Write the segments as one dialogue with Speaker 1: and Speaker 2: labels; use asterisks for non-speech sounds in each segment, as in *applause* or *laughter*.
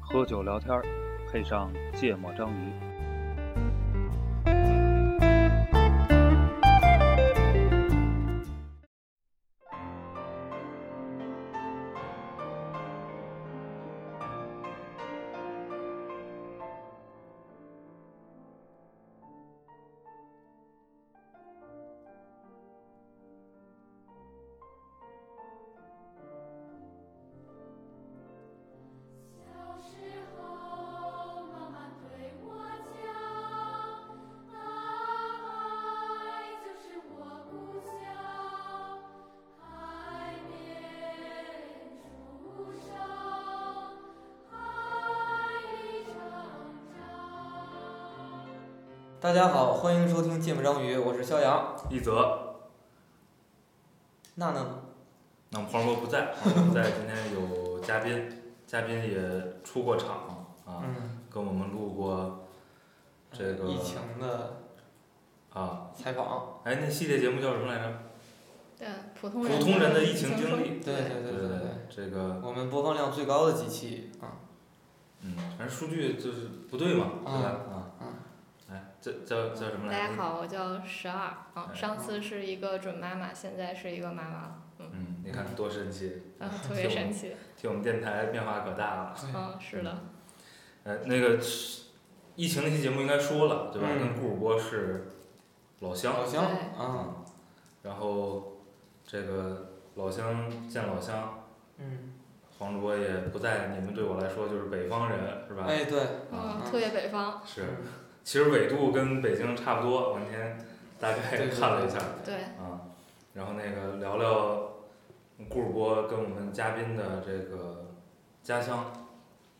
Speaker 1: 喝酒聊天儿，配上芥末章鱼。
Speaker 2: 小时候，妈妈对我讲，大海就是我故乡。海边出生，海里成长。
Speaker 3: 大家好，欢迎收听《芥末章鱼》，我是肖阳。
Speaker 4: 一则，
Speaker 3: 娜娜呢？
Speaker 4: 那我们黄渤不在，黄渤不在，今天有嘉宾，嘉宾也出过场啊，
Speaker 3: 嗯，
Speaker 4: 跟我们录过这个
Speaker 3: 疫情的
Speaker 4: 啊，
Speaker 3: 采访，
Speaker 4: 哎，那系列节目叫什么来着？
Speaker 5: 对，普通人
Speaker 4: 普通人的疫情经历。
Speaker 3: 对对对
Speaker 4: 对
Speaker 3: 对
Speaker 4: 对
Speaker 3: 对，，
Speaker 4: 这个
Speaker 3: 我们播放量最高的几期啊，
Speaker 4: 嗯，反正数据就是不对嘛，对吧？啊
Speaker 3: 嗯嗯，
Speaker 4: 哎，这叫叫什么
Speaker 5: 大
Speaker 4: 来着？
Speaker 5: 家好，我叫十二啊，上次是一个准妈妈，现在是一个妈妈了，
Speaker 4: 嗯，你看多神奇，
Speaker 5: 嗯，特别神奇，
Speaker 4: 替我们电台变化可大了。
Speaker 5: 嗯，是的，
Speaker 4: 呃，那个疫情那期节目应该说了，对吧？
Speaker 3: 嗯
Speaker 4: 跟顾主播是老乡。
Speaker 3: 老乡
Speaker 5: 对
Speaker 3: 啊，
Speaker 4: 嗯然后这个老乡见老乡，
Speaker 3: 嗯，
Speaker 4: 黄主播也不在，你们对我来说就是北方人，是吧？
Speaker 3: 哎对，
Speaker 4: 啊，
Speaker 5: 嗯，特别北方，
Speaker 4: 是，其实纬度跟北京差不多，我那天大
Speaker 3: 对
Speaker 4: 概
Speaker 3: 对
Speaker 4: *laughs* 看了一下
Speaker 5: 对，
Speaker 4: 啊，然后那个聊聊顾主播跟我们嘉宾的这个家乡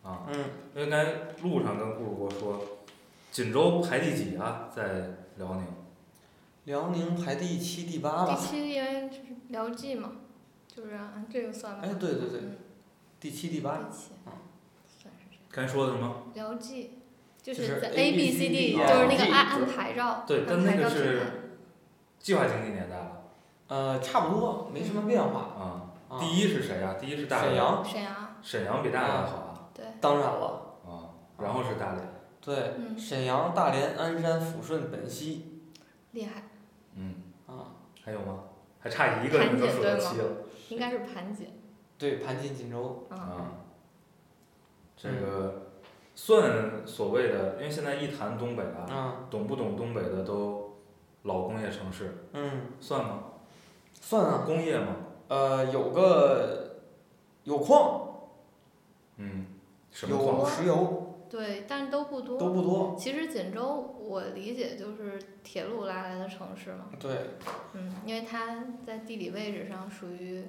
Speaker 4: 啊，
Speaker 3: 嗯，
Speaker 4: 因为刚才路上跟顾主播说，锦州排第几啊？在辽宁
Speaker 3: 辽宁排第七、第八
Speaker 5: 第
Speaker 3: 吧？
Speaker 5: 七因为就是辽记嘛，就是按这个算吧，
Speaker 3: 哎，对对对，
Speaker 5: 嗯，
Speaker 3: 第七、第八，
Speaker 5: 第七，算是这
Speaker 4: 刚才说的什么？
Speaker 5: 样，辽记就
Speaker 3: 就是
Speaker 5: 是在
Speaker 3: A, B,
Speaker 5: B
Speaker 3: C,
Speaker 5: C D，
Speaker 3: D，
Speaker 5: 就是那
Speaker 3: 啊
Speaker 5: 个按按
Speaker 4: 就是
Speaker 5: 牌照，
Speaker 4: 对但
Speaker 5: 按牌
Speaker 4: 那个
Speaker 5: 照
Speaker 4: 是
Speaker 5: 去按
Speaker 4: 计划经济年代了
Speaker 3: 呃，差不多，没什么变化
Speaker 4: 啊。
Speaker 3: 啊。
Speaker 4: 第一是谁呀、第一是大
Speaker 3: 沈
Speaker 4: 连。
Speaker 3: 阳，
Speaker 5: 沈阳，
Speaker 4: 沈阳比大连好啊
Speaker 5: 对，
Speaker 3: 当然了，
Speaker 4: 啊，然后是大连，
Speaker 3: 对，
Speaker 5: 嗯，
Speaker 3: 沈阳、大连、鞍山、抚顺、本溪
Speaker 5: 厉害，
Speaker 4: 嗯，
Speaker 3: 啊，
Speaker 4: 还有吗？还差一个你就数到七了
Speaker 5: 应该是盘锦，
Speaker 3: 对，盘锦、锦州，
Speaker 5: 啊，
Speaker 4: 啊。这个算所谓的，因为现在一谈东北啊，
Speaker 3: 啊，
Speaker 4: 懂不懂东北的都老工业城市，
Speaker 3: 嗯，
Speaker 4: 算吗？
Speaker 3: 算啊，
Speaker 4: 工业吗？
Speaker 3: 呃，有个有矿，
Speaker 4: 嗯，什么
Speaker 3: 有啊
Speaker 4: 矿？
Speaker 3: 石油，
Speaker 5: 对，但是都不多，
Speaker 3: 都不多。
Speaker 5: 其实锦州，我理解就是铁路拉来的城市嘛，
Speaker 3: 对，
Speaker 5: 嗯，因为它在地理位置上属于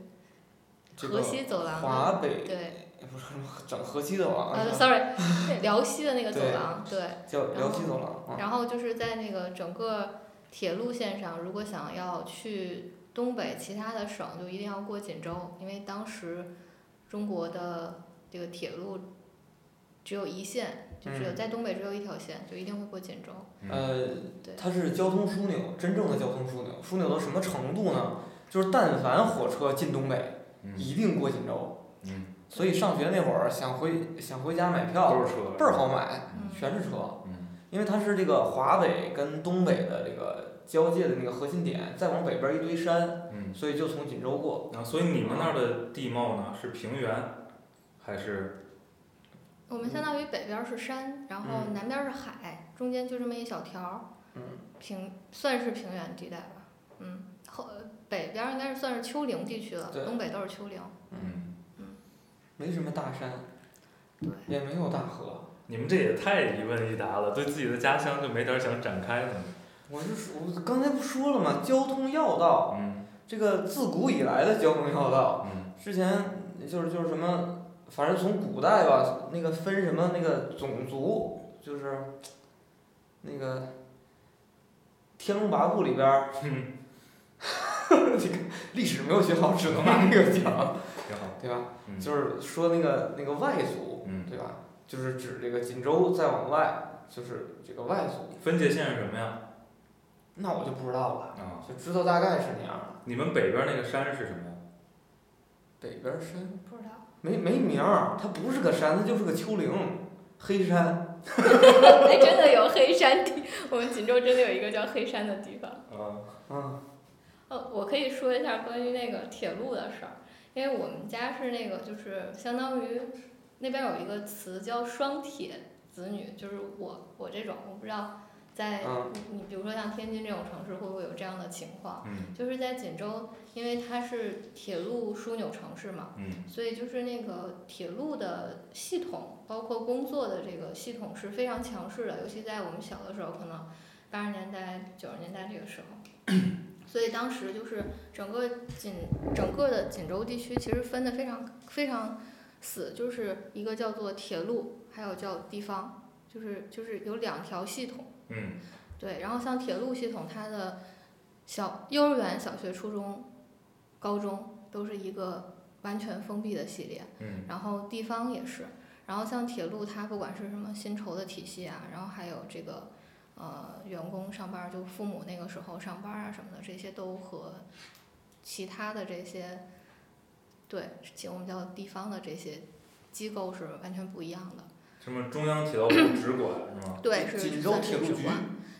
Speaker 3: 这
Speaker 5: 河
Speaker 3: 个
Speaker 5: 西走廊的，啊
Speaker 3: 华北
Speaker 5: 对，
Speaker 3: 哎不是整河西走廊
Speaker 5: 呃
Speaker 3: 是吧，
Speaker 5: ，sorry，辽西的那个走
Speaker 3: 对
Speaker 5: 廊，对，
Speaker 3: 叫
Speaker 5: 然
Speaker 3: 辽
Speaker 5: 后
Speaker 3: 西走廊啊。
Speaker 5: 然后就是在那个整个铁路线上，如果想要去东北其他的省，就一定要过锦州，因为当时中国的这个铁路只有一线，就只有
Speaker 3: 嗯
Speaker 5: 在东北只有一条线，就一定会过锦州，
Speaker 4: 嗯
Speaker 3: 呃
Speaker 5: 对，
Speaker 3: 它是交通枢纽，真正的交通枢纽，枢纽到什么程度呢？就是但凡火车进东北，
Speaker 4: 嗯
Speaker 3: 一定过锦州。
Speaker 4: 嗯，
Speaker 3: 所以上学那会儿想回想回家买票，
Speaker 4: 都是车，
Speaker 3: 倍儿好买，
Speaker 4: 嗯
Speaker 3: 全哎是啊车，
Speaker 4: 嗯
Speaker 3: 因为它是这个华北跟东北的这个交界的那个核心点，再往北边一堆山，
Speaker 4: 嗯。
Speaker 3: 所以就从锦州过。
Speaker 4: 啊，所以你们那儿的地貌呢是平原，还是
Speaker 5: 我们相当于北边儿是山，然后
Speaker 3: 嗯
Speaker 5: 南边儿是海，中间就这么一小条儿
Speaker 3: 嗯，
Speaker 5: 平算是平原地带吧。嗯，后北边儿应该是算是丘陵地区了，
Speaker 3: 对
Speaker 5: 东北都是丘陵。
Speaker 4: 嗯，
Speaker 3: 没什么大山，
Speaker 5: 对，
Speaker 3: 也没有大河，
Speaker 4: 你们这也太一问一答了，对自己的家乡就没点儿想展开的吗？
Speaker 3: 我就说，我刚才不说了吗？交通要道，
Speaker 4: 嗯
Speaker 3: 这个自古以来的交通要道，
Speaker 4: 嗯
Speaker 3: 之前就是就是什么，反正从古代吧，那个分什么那个种族，就是那个《天龙八部》里边儿，
Speaker 4: 嗯，
Speaker 3: *laughs* 这个历史没有学好，只能拿这个讲，
Speaker 4: 挺好，
Speaker 3: 对吧？
Speaker 4: 嗯
Speaker 3: 就是说那个那个外族，
Speaker 4: 嗯
Speaker 3: 对吧？就是指这个锦州再往外就是这个外族，
Speaker 4: 分界线是什么呀？
Speaker 3: 那我就不知道了，
Speaker 4: 啊，
Speaker 3: 就知道大概是那样了。
Speaker 4: 你们北边那个山是什么呀？
Speaker 3: 北边山
Speaker 5: 不知 *laughs* 道，
Speaker 3: 没没名儿，它不是个山，它就是个丘陵，黑山。
Speaker 5: 哎，真的有黑山地， *laughs* 我们锦州真的有一个叫黑山的地方。
Speaker 4: 啊，
Speaker 3: 嗯
Speaker 5: 呃，我可以说一下关于那个铁路的事儿，因为我们家是那个，就是相当于那边有一个词叫“双铁子女”，就是我我这种，我不知道在
Speaker 3: 嗯
Speaker 5: 你你比如说像天津这种城市会不会有这样的情况？
Speaker 4: 嗯
Speaker 5: 就是在锦州，因为它是铁路枢纽城市嘛，
Speaker 4: 嗯
Speaker 5: 所以就是那个铁路的系统，包括工作的这个系统是非常强势的，尤其在我们小的时候，可能八十年代、九十年代这个时候，所以当时就是整个锦整个的锦州地区其实分得非常非常死，就是一个叫做铁路，还有叫地方，就是就是有两条系统。
Speaker 4: 嗯
Speaker 5: 对，然后像铁路系统，它的小幼儿园、小学、初中、高中都是一个完全封闭的系列，
Speaker 4: 嗯
Speaker 5: 然后地方也是，然后像铁路，它不管是什么薪酬的体系啊，然后还有这个呃员工上班儿，就父母那个时候上班儿啊什么的，这些都和其他的这些对，其我们叫地方的这些机构是完全不一样的。
Speaker 4: 什么中央铁道局
Speaker 5: 嗯
Speaker 4: 直管是
Speaker 5: *clears throat*
Speaker 4: 吗？
Speaker 5: 对，是
Speaker 3: 哦锦州
Speaker 5: 算是
Speaker 3: 铁路
Speaker 5: 直
Speaker 3: 局，
Speaker 4: 嗯
Speaker 5: 管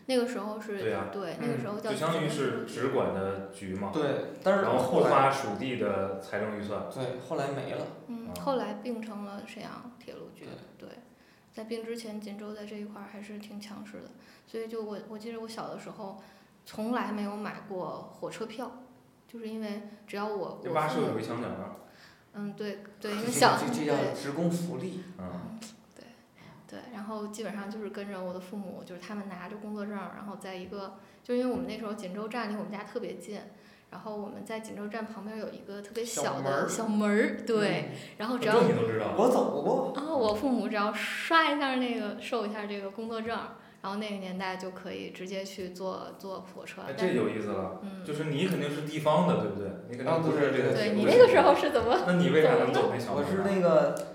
Speaker 5: 那个时候是
Speaker 4: 对呀
Speaker 5: 那个
Speaker 3: 嗯
Speaker 5: 时候叫
Speaker 4: 就相当于
Speaker 5: 锦州铁
Speaker 4: 是
Speaker 5: 路局
Speaker 4: 直管的局嘛。
Speaker 3: 对，但是
Speaker 4: 然后
Speaker 3: 后
Speaker 4: 后
Speaker 3: 来
Speaker 4: 发属地的财政预算。
Speaker 3: 对后来没了。
Speaker 5: 嗯，
Speaker 4: 啊
Speaker 5: 后来并成了沈阳铁路局。对，在并之前，锦州在这一块儿还是挺强势的，所以就我我记得我小的时候，从来没有买过火车票，就是因为只要我
Speaker 4: 这
Speaker 5: 我
Speaker 4: 挖
Speaker 5: 父
Speaker 4: 社
Speaker 5: 母
Speaker 4: 会墙角
Speaker 3: 啊
Speaker 4: 儿，
Speaker 5: 嗯对对，因为小
Speaker 3: 这这
Speaker 5: 对
Speaker 3: 叫职工福利。
Speaker 4: 嗯，
Speaker 5: 对，然后基本上就是跟着我的父母，就是他们拿着工作证儿，然后在一个，就因为我们那时候锦州站离我们家特别近，然后我们在锦州站旁边有一个特别
Speaker 3: 小
Speaker 5: 小
Speaker 3: 门
Speaker 5: 的
Speaker 3: 儿
Speaker 5: 小门儿，对，然后只要
Speaker 4: 这你都知道？
Speaker 3: 嗯我走过，
Speaker 5: 然后我父母只要刷一下那个授一下这个工作证儿，然后那个年代就可以直接去坐坐火车
Speaker 4: 哎，。
Speaker 5: 但
Speaker 4: 这有意思了，
Speaker 5: 嗯，
Speaker 4: 就是你肯定是地方的，对不对？你肯定
Speaker 3: 啊
Speaker 4: 不
Speaker 3: 对
Speaker 4: 是这
Speaker 3: 对
Speaker 4: 个
Speaker 5: 对
Speaker 4: 铁路
Speaker 5: 你
Speaker 4: 局
Speaker 5: 那个
Speaker 4: 的
Speaker 5: 时候是怎么？
Speaker 4: 那你为啥能走那小
Speaker 3: 我
Speaker 4: 门儿啊？
Speaker 3: 是那个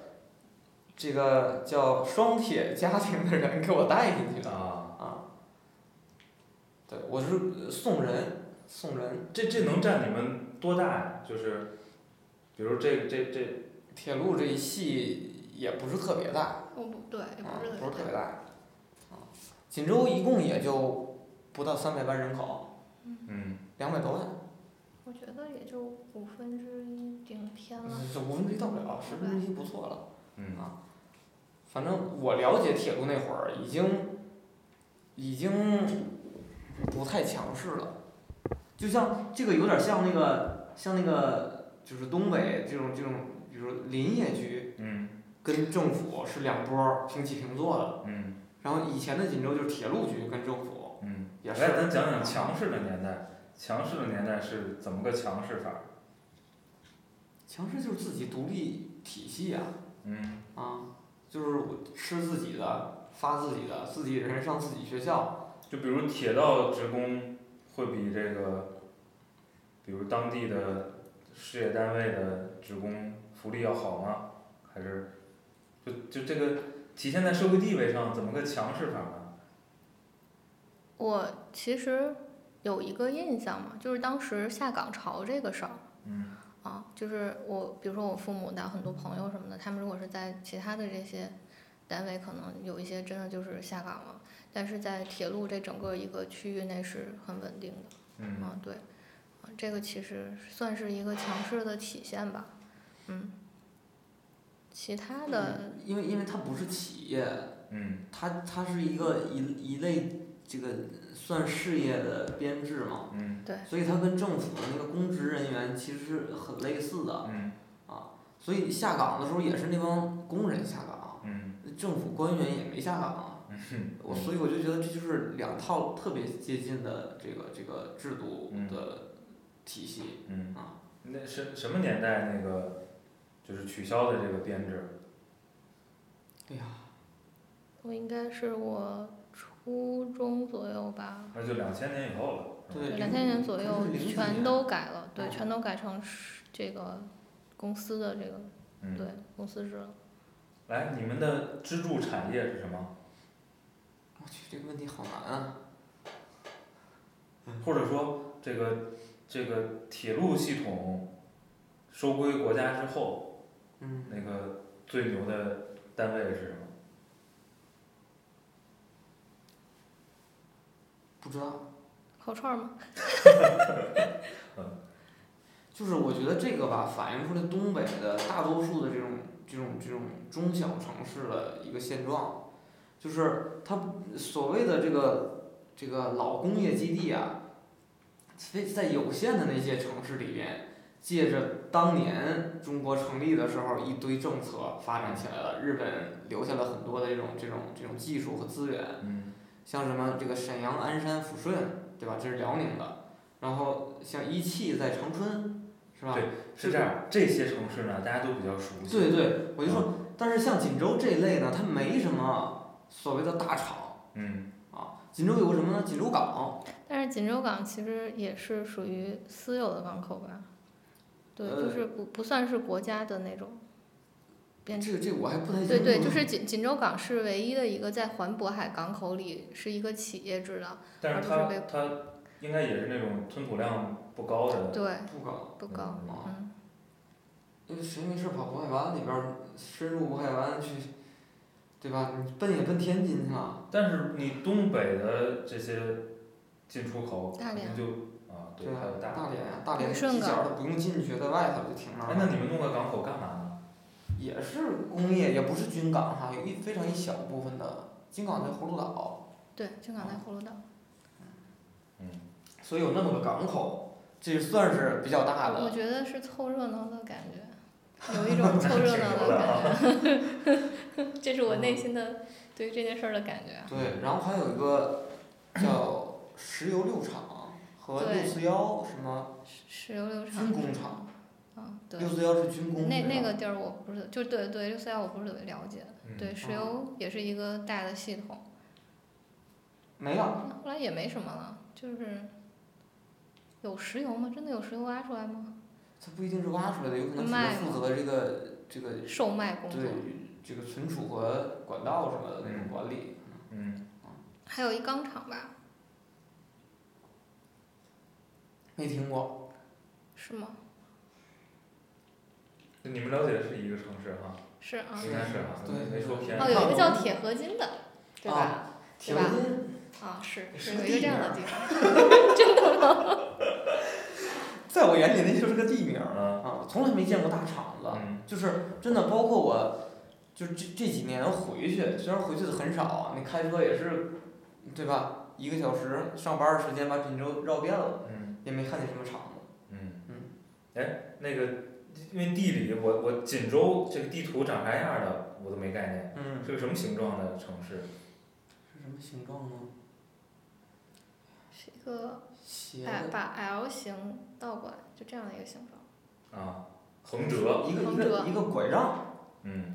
Speaker 3: 这个叫双铁家庭的人给我带进去的。
Speaker 4: 啊，
Speaker 3: 啊，对，我是呃送人，送人
Speaker 4: 这这能占你们多大呀？就是，比如这这这，
Speaker 3: 铁路这一系也不是特别大，啊，
Speaker 5: 我不对，也
Speaker 3: 不
Speaker 5: 不是
Speaker 3: 是特
Speaker 5: 特
Speaker 3: 别
Speaker 5: 别
Speaker 3: 大，啊，锦州一共也就不到三百万人口，
Speaker 4: 嗯，
Speaker 3: 两百多万，
Speaker 5: 我觉得也就五分之一顶天了。
Speaker 3: 这五分之一到不了，十分之一不错了。
Speaker 4: 嗯
Speaker 3: 啊，反正我了解铁路那会儿已经已经不太强势了，就像这个有点像那个像那个就是东北这种这种，比如说林业区
Speaker 4: 嗯
Speaker 3: 跟政府是两波儿平起平坐的，
Speaker 4: 嗯
Speaker 3: 然后以前的锦州就是铁路局跟政府
Speaker 4: 嗯。
Speaker 3: 也是。
Speaker 4: 来，咱讲讲强势的年代，强势的年代是怎么个强势法儿？
Speaker 3: 强势就是自己独立体系啊
Speaker 4: 嗯
Speaker 3: 啊，就是我吃自己的，发自己的，自己人上自己学校，
Speaker 4: 就比如铁道职工会比这个，比如当地的事业单位的职工福利要好吗？还是就就这个体现在社会地位上，怎么个强势法呢？
Speaker 5: 我其实有一个印象嘛，就是当时下岗潮这个事儿
Speaker 4: 嗯
Speaker 5: 啊，就是我比如说我父母的很多朋友什么的，他们如果是在其他的这些单位，可能有一些真的就是下岗了，但是在铁路这整个一个区域内是很稳定的。
Speaker 4: 嗯，
Speaker 5: 啊，对，啊，这个其实算是一个强势的体现吧，嗯，其他的，
Speaker 3: 因为因为它不是企业，
Speaker 4: 嗯
Speaker 3: 它它是一个一一类这个算事业的编制嘛，
Speaker 4: 嗯
Speaker 3: 所以它跟政府的那个公职人员其实很类似的，
Speaker 4: 嗯
Speaker 3: 所以下岗的时候也是那帮工人下岗，
Speaker 4: 嗯
Speaker 3: 政府官员也没下岗，
Speaker 4: 嗯， *laughs*
Speaker 3: 我所以我就觉得这就是两套特别接近的这个这个制度的体系
Speaker 4: 嗯，
Speaker 3: 啊，
Speaker 4: 那什什么年代那个就是取消的这个编制？
Speaker 3: 对呀、
Speaker 5: 我应该是我初中左右吧，
Speaker 4: 那就两千年以后了。是吧
Speaker 3: 对
Speaker 5: 两千年左右
Speaker 3: 零几
Speaker 5: 全
Speaker 3: 年
Speaker 5: 都改了，对，
Speaker 3: 哦
Speaker 5: 全都改成是这个公司的这个
Speaker 4: 嗯
Speaker 5: 对公司制了，
Speaker 4: 来，你们的支柱产业是什么？
Speaker 3: 我去，这个问题好难啊！
Speaker 4: 或者说这个这个铁路系统收归国家之后，
Speaker 3: 嗯，
Speaker 4: 那个最牛的单位是什么？嗯
Speaker 3: 不知道，
Speaker 5: 烤串儿吗？
Speaker 3: 就是我觉得这个吧，反映出了东北的大多数的这种这种这种中小城市的一个现状，就是它所谓的这个这个老工业基地啊，非在有限的那些城市里边，借着当年中国成立的时候一堆政策发展起来了，日本留下了很多的这种这种这种技术和资源，
Speaker 4: 嗯，
Speaker 3: 像什么这个沈阳、鞍山、抚顺，对吧？这是辽宁的。然后像一汽在长春，是吧？
Speaker 4: 是这样，这些城市呢，大家都比较熟悉。
Speaker 3: 对对，我就
Speaker 4: 嗯
Speaker 3: 说，但是像锦州这一类呢，它没什么所谓的大厂
Speaker 4: 嗯，
Speaker 3: 啊。锦州有个什么呢？锦州港，
Speaker 5: 但是锦州港其实也是属于私有的港口吧？对，
Speaker 3: 呃
Speaker 5: 就是不不算是国家的那种编
Speaker 3: 这
Speaker 5: 制。
Speaker 3: 个这个我还不太清楚。
Speaker 5: 对对，就是锦锦州港是唯一的一个在环渤海港口里是一个企业制的，
Speaker 4: 但
Speaker 5: 而
Speaker 4: 是
Speaker 5: 啊不是
Speaker 4: 它
Speaker 5: 被
Speaker 4: 它应该也是那种吞吐量不高的。
Speaker 5: 对，
Speaker 3: 不港
Speaker 5: 不高。
Speaker 4: 嗯
Speaker 3: 啊。
Speaker 5: 嗯，
Speaker 3: 因为谁没事跑渤海湾里边儿深入渤海湾去，对吧？你奔也奔天津去了，
Speaker 4: 但是你东北的这些进出口，
Speaker 5: 大
Speaker 4: 肯定
Speaker 5: 连
Speaker 4: 就啊，对，
Speaker 3: 对吧
Speaker 4: 还有？大
Speaker 3: 大
Speaker 4: 连。
Speaker 3: 连呀，大连
Speaker 5: 旅顺
Speaker 3: 一
Speaker 5: 港
Speaker 3: 角都不用进去，在外头就停那
Speaker 4: 哎
Speaker 3: 儿，
Speaker 4: 那
Speaker 3: 了。
Speaker 4: 你们弄个港口干嘛呢？
Speaker 3: 也是工业，也不是军港哈，有一非常一小部分的金港在葫芦岛。
Speaker 5: 对，京港在葫芦岛。
Speaker 4: 嗯，
Speaker 3: 所以有那么个港口，这算是比较大
Speaker 5: 我
Speaker 3: 的。
Speaker 5: 我觉得是凑热闹的感
Speaker 3: *laughs*
Speaker 5: 觉，有一种凑热闹的感觉。这是我
Speaker 3: 嗯
Speaker 5: 内心的对于这件事儿的感觉啊。
Speaker 3: 对，然后还有一个叫石油六厂和
Speaker 5: 对
Speaker 3: 六四幺什么，
Speaker 5: 石油六厂。
Speaker 3: 军工厂。
Speaker 5: 嗯，对
Speaker 3: 六。四幺是军工
Speaker 5: 那那
Speaker 3: 对吧
Speaker 5: 个地儿我不是，就对对六四幺我不是特别了解。
Speaker 4: 嗯
Speaker 5: 呃对，石油也是一个大的系统，
Speaker 3: 没了，
Speaker 5: 那后来也没什么了，就是有石油吗？真的有石油挖出来吗？
Speaker 3: 它不一定是挖出来的，有可能只
Speaker 5: 卖
Speaker 3: 是
Speaker 5: 了
Speaker 3: 负责这个这个
Speaker 5: 售卖工作
Speaker 3: 对。这个存储和管道什么的那种管理。
Speaker 4: 嗯，
Speaker 5: 还有一钢厂吧？
Speaker 3: 没听过，
Speaker 5: 是吗？
Speaker 4: 你们了解的是一个城市哈，
Speaker 5: 是啊。
Speaker 4: 应该是哈，
Speaker 3: 对
Speaker 4: 没说偏。
Speaker 5: 哦，有一
Speaker 3: 啊
Speaker 5: 个叫铁合金的，对吧？
Speaker 3: 铁
Speaker 5: 对吧
Speaker 3: 金
Speaker 5: 啊，是
Speaker 3: 哦是
Speaker 5: 是有
Speaker 3: 个
Speaker 5: 一个
Speaker 3: 地
Speaker 5: 这样
Speaker 3: 名
Speaker 5: 的
Speaker 3: 儿
Speaker 5: 地方。
Speaker 3: 在我眼里那就是个地名儿
Speaker 4: 啊，
Speaker 3: 啊，从来没见过大厂子。
Speaker 4: 嗯，
Speaker 3: 就是真的，包括我，就是这这几年回去，虽然回去的很少啊，你开车也是，对吧？一个小时上班的时间把锦州绕遍了，
Speaker 4: 嗯
Speaker 3: 也没看见什么厂子。
Speaker 4: 嗯
Speaker 3: 嗯，
Speaker 4: 哎，那个，因为地理，我我锦州这个地图长啥样的我都没概念，
Speaker 3: 嗯，
Speaker 4: 是个什么形状的城市？
Speaker 3: 是什么形状呢？
Speaker 5: 是一个
Speaker 3: 斜
Speaker 5: 把
Speaker 3: 的，
Speaker 5: 把 L 型倒过来，就这样的一个形状。
Speaker 4: 啊，横
Speaker 3: 嗯
Speaker 4: 折，
Speaker 3: 一个一
Speaker 5: 横
Speaker 3: 个
Speaker 5: 折
Speaker 3: 一个拐杖
Speaker 4: 嗯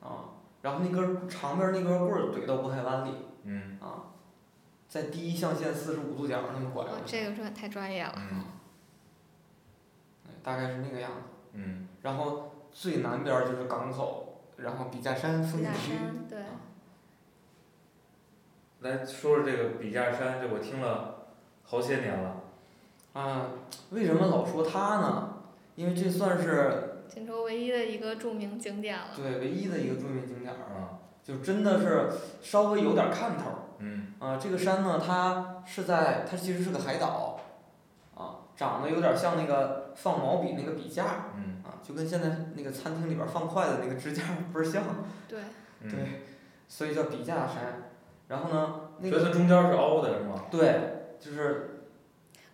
Speaker 3: 啊，然后那根长边儿那根棍儿怼到渤海湾里
Speaker 4: 嗯
Speaker 3: 啊，在第一象限四十五度角那么拐过
Speaker 5: 哦，
Speaker 3: 去，
Speaker 5: 这个专太专业了。
Speaker 4: 嗯
Speaker 3: 哎大概是那个样子。
Speaker 4: 嗯，
Speaker 3: 然后最南边儿就是港口，然后笔架山嗯风
Speaker 5: 四
Speaker 3: 景
Speaker 5: 大
Speaker 3: 区。啊
Speaker 5: 山，对，
Speaker 4: 来说说这个笔架山，这我听了好些年了，
Speaker 3: 啊，为什么老说它呢？因为这算是
Speaker 5: 锦州唯一的一个著名景点了。
Speaker 3: 对唯一的一个著名景点儿，
Speaker 4: 啊，
Speaker 3: 就真的是稍微有点儿看头儿。
Speaker 4: 嗯
Speaker 3: 啊，这个山呢，它是在它其实是个海岛，啊，长得有点儿像那个放毛笔那个笔架儿
Speaker 4: 嗯
Speaker 3: 啊，就跟现在那个餐厅里边儿放筷子那个支架儿倍儿像，
Speaker 5: 对，
Speaker 4: 嗯，
Speaker 3: 对，所以叫笔架山。然后呢，那
Speaker 4: 觉得
Speaker 3: 个
Speaker 4: 它中间是凹的是吗？
Speaker 3: 对，就是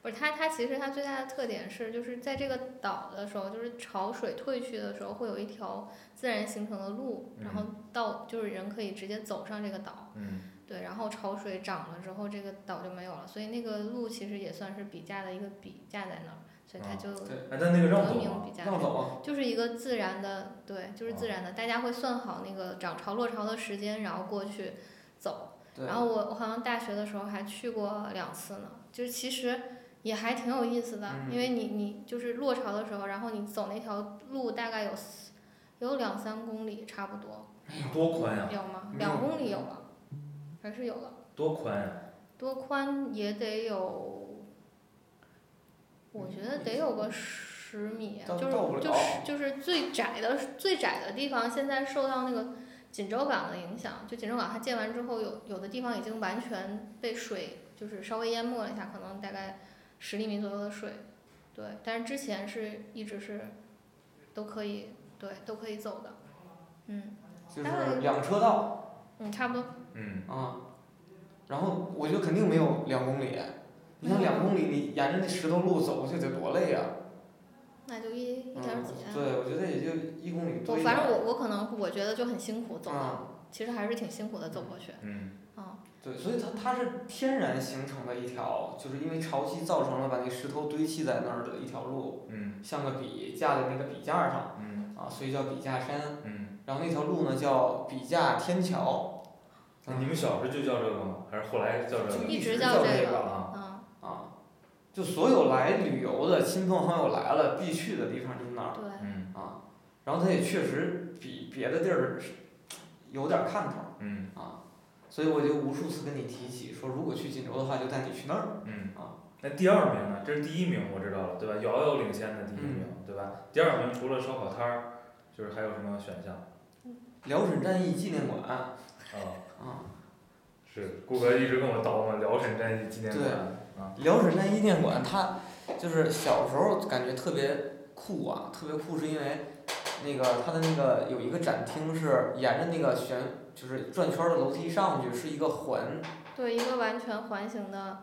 Speaker 5: 不是它，它其实它最大的特点是，就是在这个岛的时候，就是潮水退去的时候，会有一条自然形成的路，然后
Speaker 3: 嗯
Speaker 5: 到就是人可以直接走上这个岛。
Speaker 4: 嗯
Speaker 5: 对，然后潮水涨了之后，这个岛就没有了，所以那个路其实也算是笔架的一个笔架在那儿，所以它
Speaker 4: 啊
Speaker 5: 就
Speaker 3: 对
Speaker 4: 哎，但那个让
Speaker 5: 得
Speaker 4: 走
Speaker 5: 名
Speaker 4: 吗？
Speaker 5: 笔架
Speaker 3: 让
Speaker 5: 山
Speaker 3: 走啊，
Speaker 5: 就是一个自然的，对，就是
Speaker 3: 哦
Speaker 5: 自然的，大家会算好那个涨潮落潮的时间，然后过去走。
Speaker 3: 对
Speaker 5: 然，后我我好像大学的时候还去过两次呢，就是其实也还挺有意思的，
Speaker 3: 嗯
Speaker 5: 因为你你就是落潮的时候，然后你走那条路大概有四有两三公里差不多，
Speaker 4: 哎多宽呀、
Speaker 5: 有吗？
Speaker 3: 没有
Speaker 5: 两公里有了，还是有了，
Speaker 4: 多宽呀、
Speaker 5: 多宽也得有，我觉得得有个十米，啊
Speaker 3: 到
Speaker 5: 就是
Speaker 3: 到不了
Speaker 5: 就是就是最窄的最窄的地方，现在受到那个锦州港的影响，就锦州港它建完之后，有有的地方已经完全被水就是稍微淹没了一下，可能大概十厘米左右的水，对，但是之前是一直是都可以对都可以走的，嗯
Speaker 3: 就是两车道
Speaker 5: 嗯，差不多。
Speaker 4: 嗯，
Speaker 3: 啊。然后我觉得肯定没有两公里，你想两公里，你沿着那石头路走过去得多累呀、
Speaker 5: 那就一一
Speaker 3: 嗯，
Speaker 5: 点儿几。啊
Speaker 3: 对，我觉得也就一公里
Speaker 5: 我
Speaker 3: 多一点。
Speaker 5: 反正我我可能我觉得就很辛苦走的，
Speaker 3: 啊，
Speaker 5: 其实还是挺辛苦的走过去。
Speaker 4: 嗯，
Speaker 5: 嗯，
Speaker 3: 对，所以它它是天然形成的一条，就是因为潮汐造成了把那石头堆砌在那儿的一条路，
Speaker 4: 嗯，
Speaker 3: 像个笔架在那个笔架上
Speaker 4: 嗯，
Speaker 3: 啊，所以叫笔架山。
Speaker 4: 嗯，
Speaker 3: 然后那条路呢叫笔架天桥。嗯
Speaker 4: 你们小时候就叫这个吗？还是后来嗯叫这
Speaker 3: 就
Speaker 4: 个？
Speaker 5: 一直
Speaker 3: 直
Speaker 5: 叫
Speaker 3: 叫
Speaker 5: 这
Speaker 3: 这
Speaker 5: 个
Speaker 3: 个
Speaker 4: 啊，
Speaker 5: 嗯，
Speaker 3: 啊，就所有来旅游的亲朋好友来了必去的地方就是那儿
Speaker 5: 对，
Speaker 4: 嗯
Speaker 3: 啊。然后它也确实比别的地儿是有点看头
Speaker 4: 嗯
Speaker 3: 啊，所以我就无数次跟你提起说，如果去锦州的话，就带你去那儿。
Speaker 4: 嗯
Speaker 3: 啊。
Speaker 4: 那第二名呢？这是第一名，我知道了，对吧？遥遥领先的第一名，
Speaker 5: 嗯
Speaker 4: 对吧？第二名除了烧烤摊儿，就是还有什么选项？
Speaker 3: 辽沈战役纪念馆
Speaker 4: 啊，
Speaker 3: 啊，
Speaker 4: 是顾哥一直跟我叨嘛，辽沈战役纪念
Speaker 3: 对
Speaker 4: 馆啊，
Speaker 3: 辽沈战役纪念馆，它就是小时候感觉特别酷啊，特别酷是因为那个它的那个有一个展厅是沿着那个旋就是转圈儿的楼梯上去，是一个环
Speaker 5: 对一个完全环形的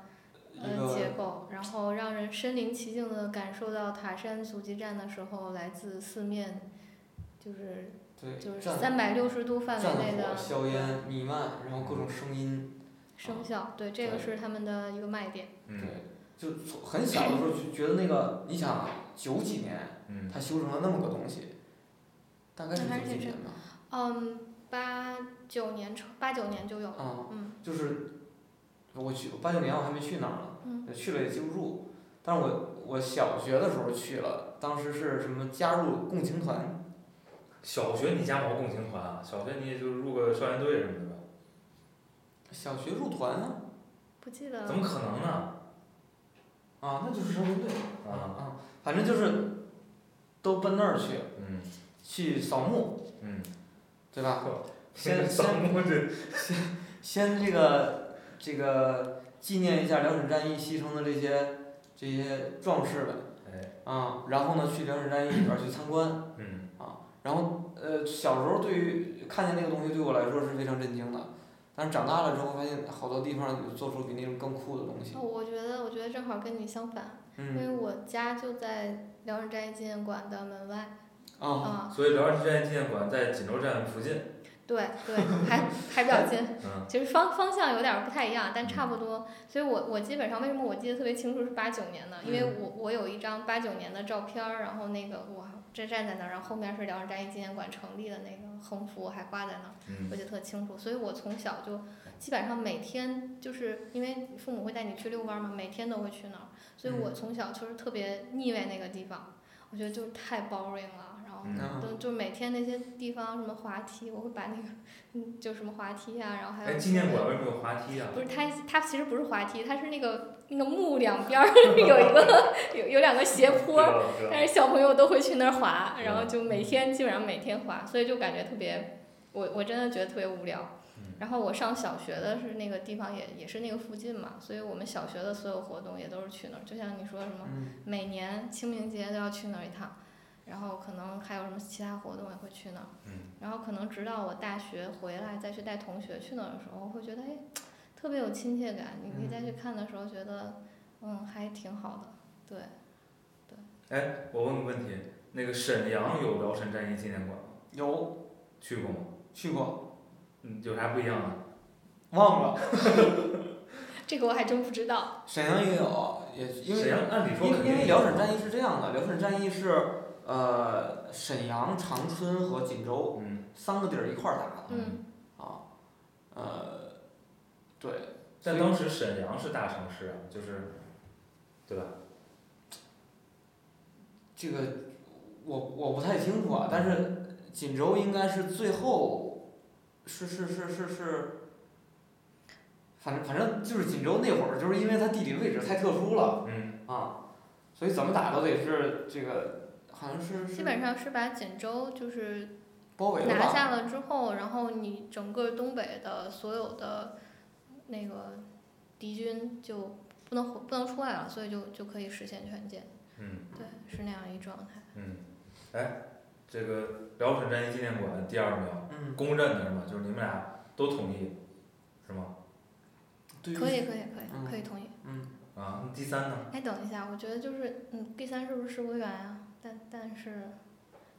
Speaker 3: 一
Speaker 5: 呃
Speaker 3: 个
Speaker 5: 结构，然后让人身临其境的感受到塔山阻击战的时候，来自四面就是
Speaker 3: 对
Speaker 5: 就是
Speaker 3: 战
Speaker 5: 三百六十度范
Speaker 3: 战
Speaker 5: 围内
Speaker 3: 火
Speaker 5: 的
Speaker 3: 硝烟弥漫，然后各种声音，
Speaker 5: 声效，对，这个
Speaker 3: 对
Speaker 5: 是他们的一个卖点。
Speaker 3: 对
Speaker 4: 嗯，
Speaker 3: 就从很小的时候就觉得那个，你想九几年
Speaker 4: 嗯
Speaker 3: 它修成了那么个东西，大概是
Speaker 5: 那还是
Speaker 3: 九几
Speaker 5: 挺
Speaker 3: 年
Speaker 5: 震
Speaker 3: 吧，
Speaker 5: 嗯，八九年成八九年就有了，
Speaker 3: 啊、
Speaker 5: 嗯
Speaker 3: 就是我去八九年我还没去那儿呢，
Speaker 5: 嗯
Speaker 3: 去了也记不住。但是我我小学的时候去了，当时是什么加入共青团，
Speaker 4: 小学你加毛共青团啊？小学你也就入个少先队什么的吧？
Speaker 3: 小学入团啊，
Speaker 5: 不记得
Speaker 4: 怎么可能呢？
Speaker 3: 啊，那就是少先队
Speaker 4: 啊，
Speaker 3: 啊，反正就是都奔那儿去
Speaker 4: 嗯
Speaker 3: 去扫墓，
Speaker 4: 嗯，
Speaker 3: *laughs* 对吧？先
Speaker 4: 扫墓
Speaker 3: *laughs*
Speaker 4: 这，
Speaker 3: 先这个这个纪念一下辽沈战役牺牲的这些这些壮士们
Speaker 4: 哎，
Speaker 3: 啊，然后呢去辽沈战役里边儿去参观。
Speaker 4: 嗯
Speaker 3: 然后呃，小时候对于看见那个东西对我来说是非常震惊的，但是长大了之后发现好多地方有做出比那种更酷的东西
Speaker 5: 哦，。我觉得，我觉得正好跟你相反，
Speaker 3: 嗯
Speaker 5: 因为我家就在辽沈战役纪念馆的门外
Speaker 3: 啊，
Speaker 5: 啊，
Speaker 4: 所以辽沈战役纪念馆在锦州站附近，
Speaker 5: 对对，还还比较近，
Speaker 4: 嗯
Speaker 5: 其实方方向有点儿不太一样，但差不多。所以我我基本上为什么我记得特别清楚是八九年的，因为我我有一张八九年的照片儿，然后那个我这站在那儿，然后后面是辽沈战役纪念馆成立的那个横幅还挂在那儿，
Speaker 4: 嗯
Speaker 5: 我记得特清楚。所以我从小就基本上每天就是因为父母会带你去遛弯儿嘛，每天都会去那儿，所以我
Speaker 4: 嗯
Speaker 5: 从小就是特别腻歪那个地方，我觉得就是太 boring 了，然后
Speaker 4: 嗯
Speaker 3: 啊
Speaker 5: 就就每天那些地方什么滑梯，我会把那个，嗯，就什么滑梯啊，然后还
Speaker 4: 哎，
Speaker 5: 有
Speaker 4: 纪念馆为什么有滑梯啊？
Speaker 5: 不是它它其实不是滑梯，它是那个那个木
Speaker 4: *laughs*
Speaker 5: 两边儿有一个有有两个斜
Speaker 4: 知
Speaker 5: 坡，
Speaker 4: 道了知道了
Speaker 5: 但是小朋友都会去那儿滑，然后
Speaker 4: 嗯
Speaker 5: 就每天基本上每天滑，所以就感觉特别，我我真的觉得特别无聊
Speaker 4: 嗯。
Speaker 5: 然后我上小学的是那个地方也也是那个附近嘛，所以我们小学的所有活动也都是去那儿，就像你说什么
Speaker 3: 嗯，
Speaker 5: 每年清明节都要去那儿一趟，然后可能还有什么其他活动也会去那儿。
Speaker 4: 嗯
Speaker 5: 然后可能直到我大学回来再去带同学去那儿的时候，我会觉得哎，特别有亲切感。你你再
Speaker 4: 嗯
Speaker 5: 去看的时候，觉得嗯还挺好的。对，
Speaker 4: 哎，我问个问题，那个沈阳有辽沈战役纪念馆吗？
Speaker 3: 有
Speaker 4: 去过吗？
Speaker 3: 去过，
Speaker 4: 嗯，有啥不一样啊？
Speaker 3: 忘了
Speaker 5: 这个我还真不知道。
Speaker 3: 沈阳也有，也因
Speaker 4: 沈
Speaker 3: 为
Speaker 4: 阳按理说
Speaker 3: 因
Speaker 4: 肯
Speaker 3: 为因
Speaker 4: 定
Speaker 3: 为
Speaker 4: 有啊
Speaker 3: 辽沈战役是这样的，辽沈战役是呃沈阳、长春和锦州
Speaker 4: 嗯，
Speaker 3: 三个地儿一块儿打的
Speaker 5: 嗯，
Speaker 3: 啊，呃，对，
Speaker 4: 但当时沈阳是大城市啊，就是，对吧？
Speaker 3: 这个我我不太清楚啊，但是锦州应该是最后，是是是是是，反正反正就是锦州那会儿，就是因为它地理位置太特殊了
Speaker 4: 嗯，
Speaker 3: 啊，所以怎么打都得是这个，好像是
Speaker 5: 基
Speaker 3: 是
Speaker 5: 本上是把锦州就是
Speaker 3: 包围了
Speaker 5: 拿
Speaker 3: 吧？
Speaker 5: 下了之后，然后你整个东北的所有的那个敌军就不能不能出来了，所以就就可以实现全歼。
Speaker 4: 嗯
Speaker 5: 对，是那样一状态。
Speaker 4: 嗯，哎，这个辽沈战役纪念馆第二秒
Speaker 3: 嗯，
Speaker 4: 公认的是吗？就是你们俩都同意，是吗？
Speaker 3: 对于
Speaker 5: 可以可以可
Speaker 3: 嗯
Speaker 5: 以可以同意。
Speaker 3: 嗯，
Speaker 4: 啊，那第三呢？
Speaker 5: 哎，等一下，我觉得就是，嗯，第三是不是世博园啊？但但是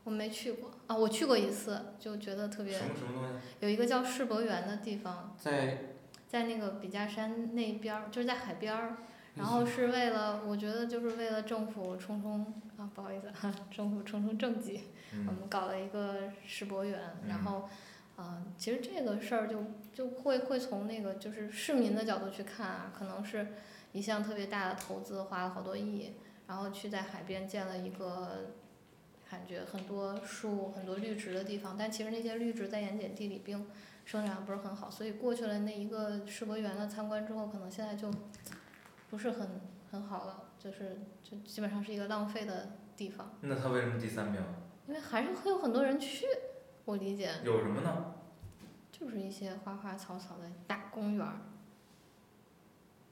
Speaker 5: 我没去过啊，我去过一次，就觉得特别
Speaker 4: 什么什么东西？
Speaker 5: 有一个叫世博园的地方，
Speaker 3: 在
Speaker 5: 在那个笔架山那边儿，就是在海边儿。然后是为了，我觉得就是为了政府冲冲啊，不好意思，政府冲冲政绩，我
Speaker 4: 嗯
Speaker 5: 们搞了一个世博园，然
Speaker 4: 嗯
Speaker 5: 后，呃，其实这个事儿就就会会从那个就是市民的角度去看啊，可能是一项特别大的投资，花了好多亿，然后去在海边建了一个感觉很多树、很多绿植的地方，但其实那些绿植在盐碱地里并生长不是很好，所以过去了那一个世博园的参观之后，可能现在就不是很很好了，就是就基本上是一个浪费的地方。
Speaker 4: 那他为什么第三名？
Speaker 5: 因为还是会有很多人去，我理解，
Speaker 4: 有什么呢？
Speaker 5: 就是一些花花草草的大公园儿，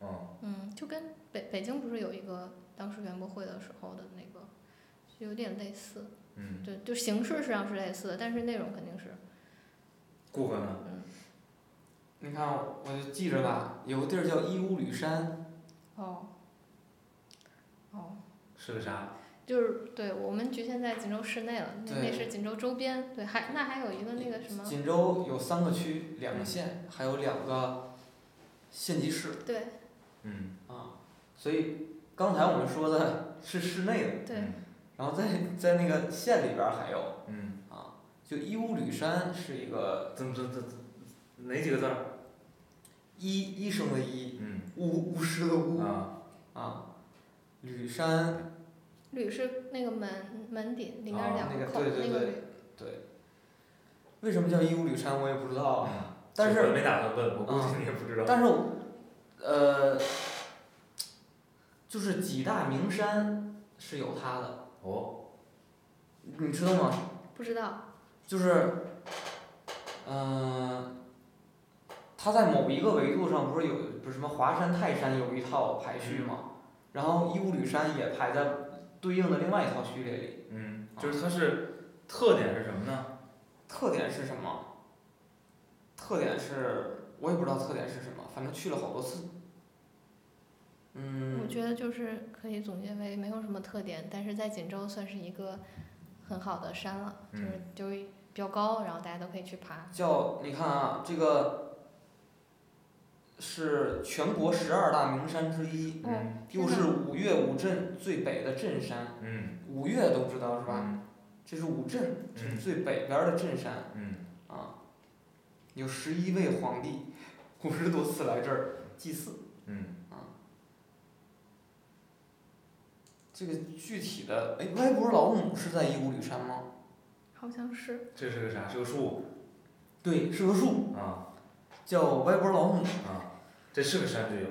Speaker 3: 哦
Speaker 4: 嗯，
Speaker 5: 嗯，就跟北北京不是有一个当时园博会的时候的那个，就有点类似，
Speaker 4: 嗯，
Speaker 5: 对，就形式上是类似的，但是内容肯定是，
Speaker 4: 顾客呢？
Speaker 3: 你看我就记着呢，有个地儿叫义乌吕山，
Speaker 5: 哦，哦，
Speaker 4: 是个啥？
Speaker 5: 就是对我们局限在锦州市内了，那
Speaker 3: 对
Speaker 5: 那是锦州周边，对，还那还有一个那个什么，
Speaker 3: 锦州有三个区，两个县，还有两个县级市
Speaker 5: 对
Speaker 4: 嗯，
Speaker 3: 啊，所以刚才我们说的 *laughs* 是市内的，
Speaker 5: 对，
Speaker 3: 然后在在那个县里边儿还有
Speaker 4: 嗯，
Speaker 3: 啊，就义乌吕山是一个
Speaker 4: 怎么怎么怎么哪几个字儿？
Speaker 3: 医医生的医，
Speaker 4: 嗯
Speaker 3: 巫巫师的巫
Speaker 4: 啊，
Speaker 3: 啊，吕山
Speaker 5: 吕是那个门门顶里面
Speaker 4: 哦
Speaker 5: 两
Speaker 3: 那个
Speaker 5: 口
Speaker 3: 对对
Speaker 5: 那个
Speaker 3: 对
Speaker 5: 吕，
Speaker 3: 对，为什么叫义乌吕山我也不知道，啊但
Speaker 4: 我
Speaker 3: 是
Speaker 4: 啊没打算问，我估计你也不知道。
Speaker 3: 但是我，呃，就是几大名山是有它的，
Speaker 4: 哦，
Speaker 3: 你知道吗？
Speaker 5: 不知道，
Speaker 3: 就是，嗯、它在某一个维度上不是有不是什么华山泰山有一套排序吗？然后义乌吕山也排在对应的另外一套序列里。
Speaker 4: 嗯，就是它是特点是什么呢？
Speaker 3: 特点是什么？特点是我也不知道特点是什么，反正去了好多次。
Speaker 5: 我
Speaker 3: 嗯，
Speaker 5: 觉得就是可以总结为没有什么特点，但是在锦州算是一个很好的山了，
Speaker 4: 嗯
Speaker 5: 就是就是比较高，然后大家都可以去爬。
Speaker 3: 叫你看啊，这个是全国十二大名山之一，
Speaker 4: 嗯
Speaker 3: 又是五岳五镇最北的镇山，
Speaker 4: 嗯
Speaker 3: 五岳都知道是吧？
Speaker 4: 嗯
Speaker 3: 这是五镇，这是
Speaker 4: 嗯
Speaker 3: 最北边的镇山
Speaker 4: 嗯，
Speaker 3: 啊。有十一位皇帝，五十多次来这儿祭祀。
Speaker 4: 嗯，
Speaker 3: 这个具体的，哎，歪脖老母是在义乌吕山吗？
Speaker 5: 好像是，
Speaker 4: 这是个啥？是个树
Speaker 3: 对，是个树，
Speaker 4: 啊
Speaker 3: 叫歪脖老母。
Speaker 4: 啊，这是个山之友。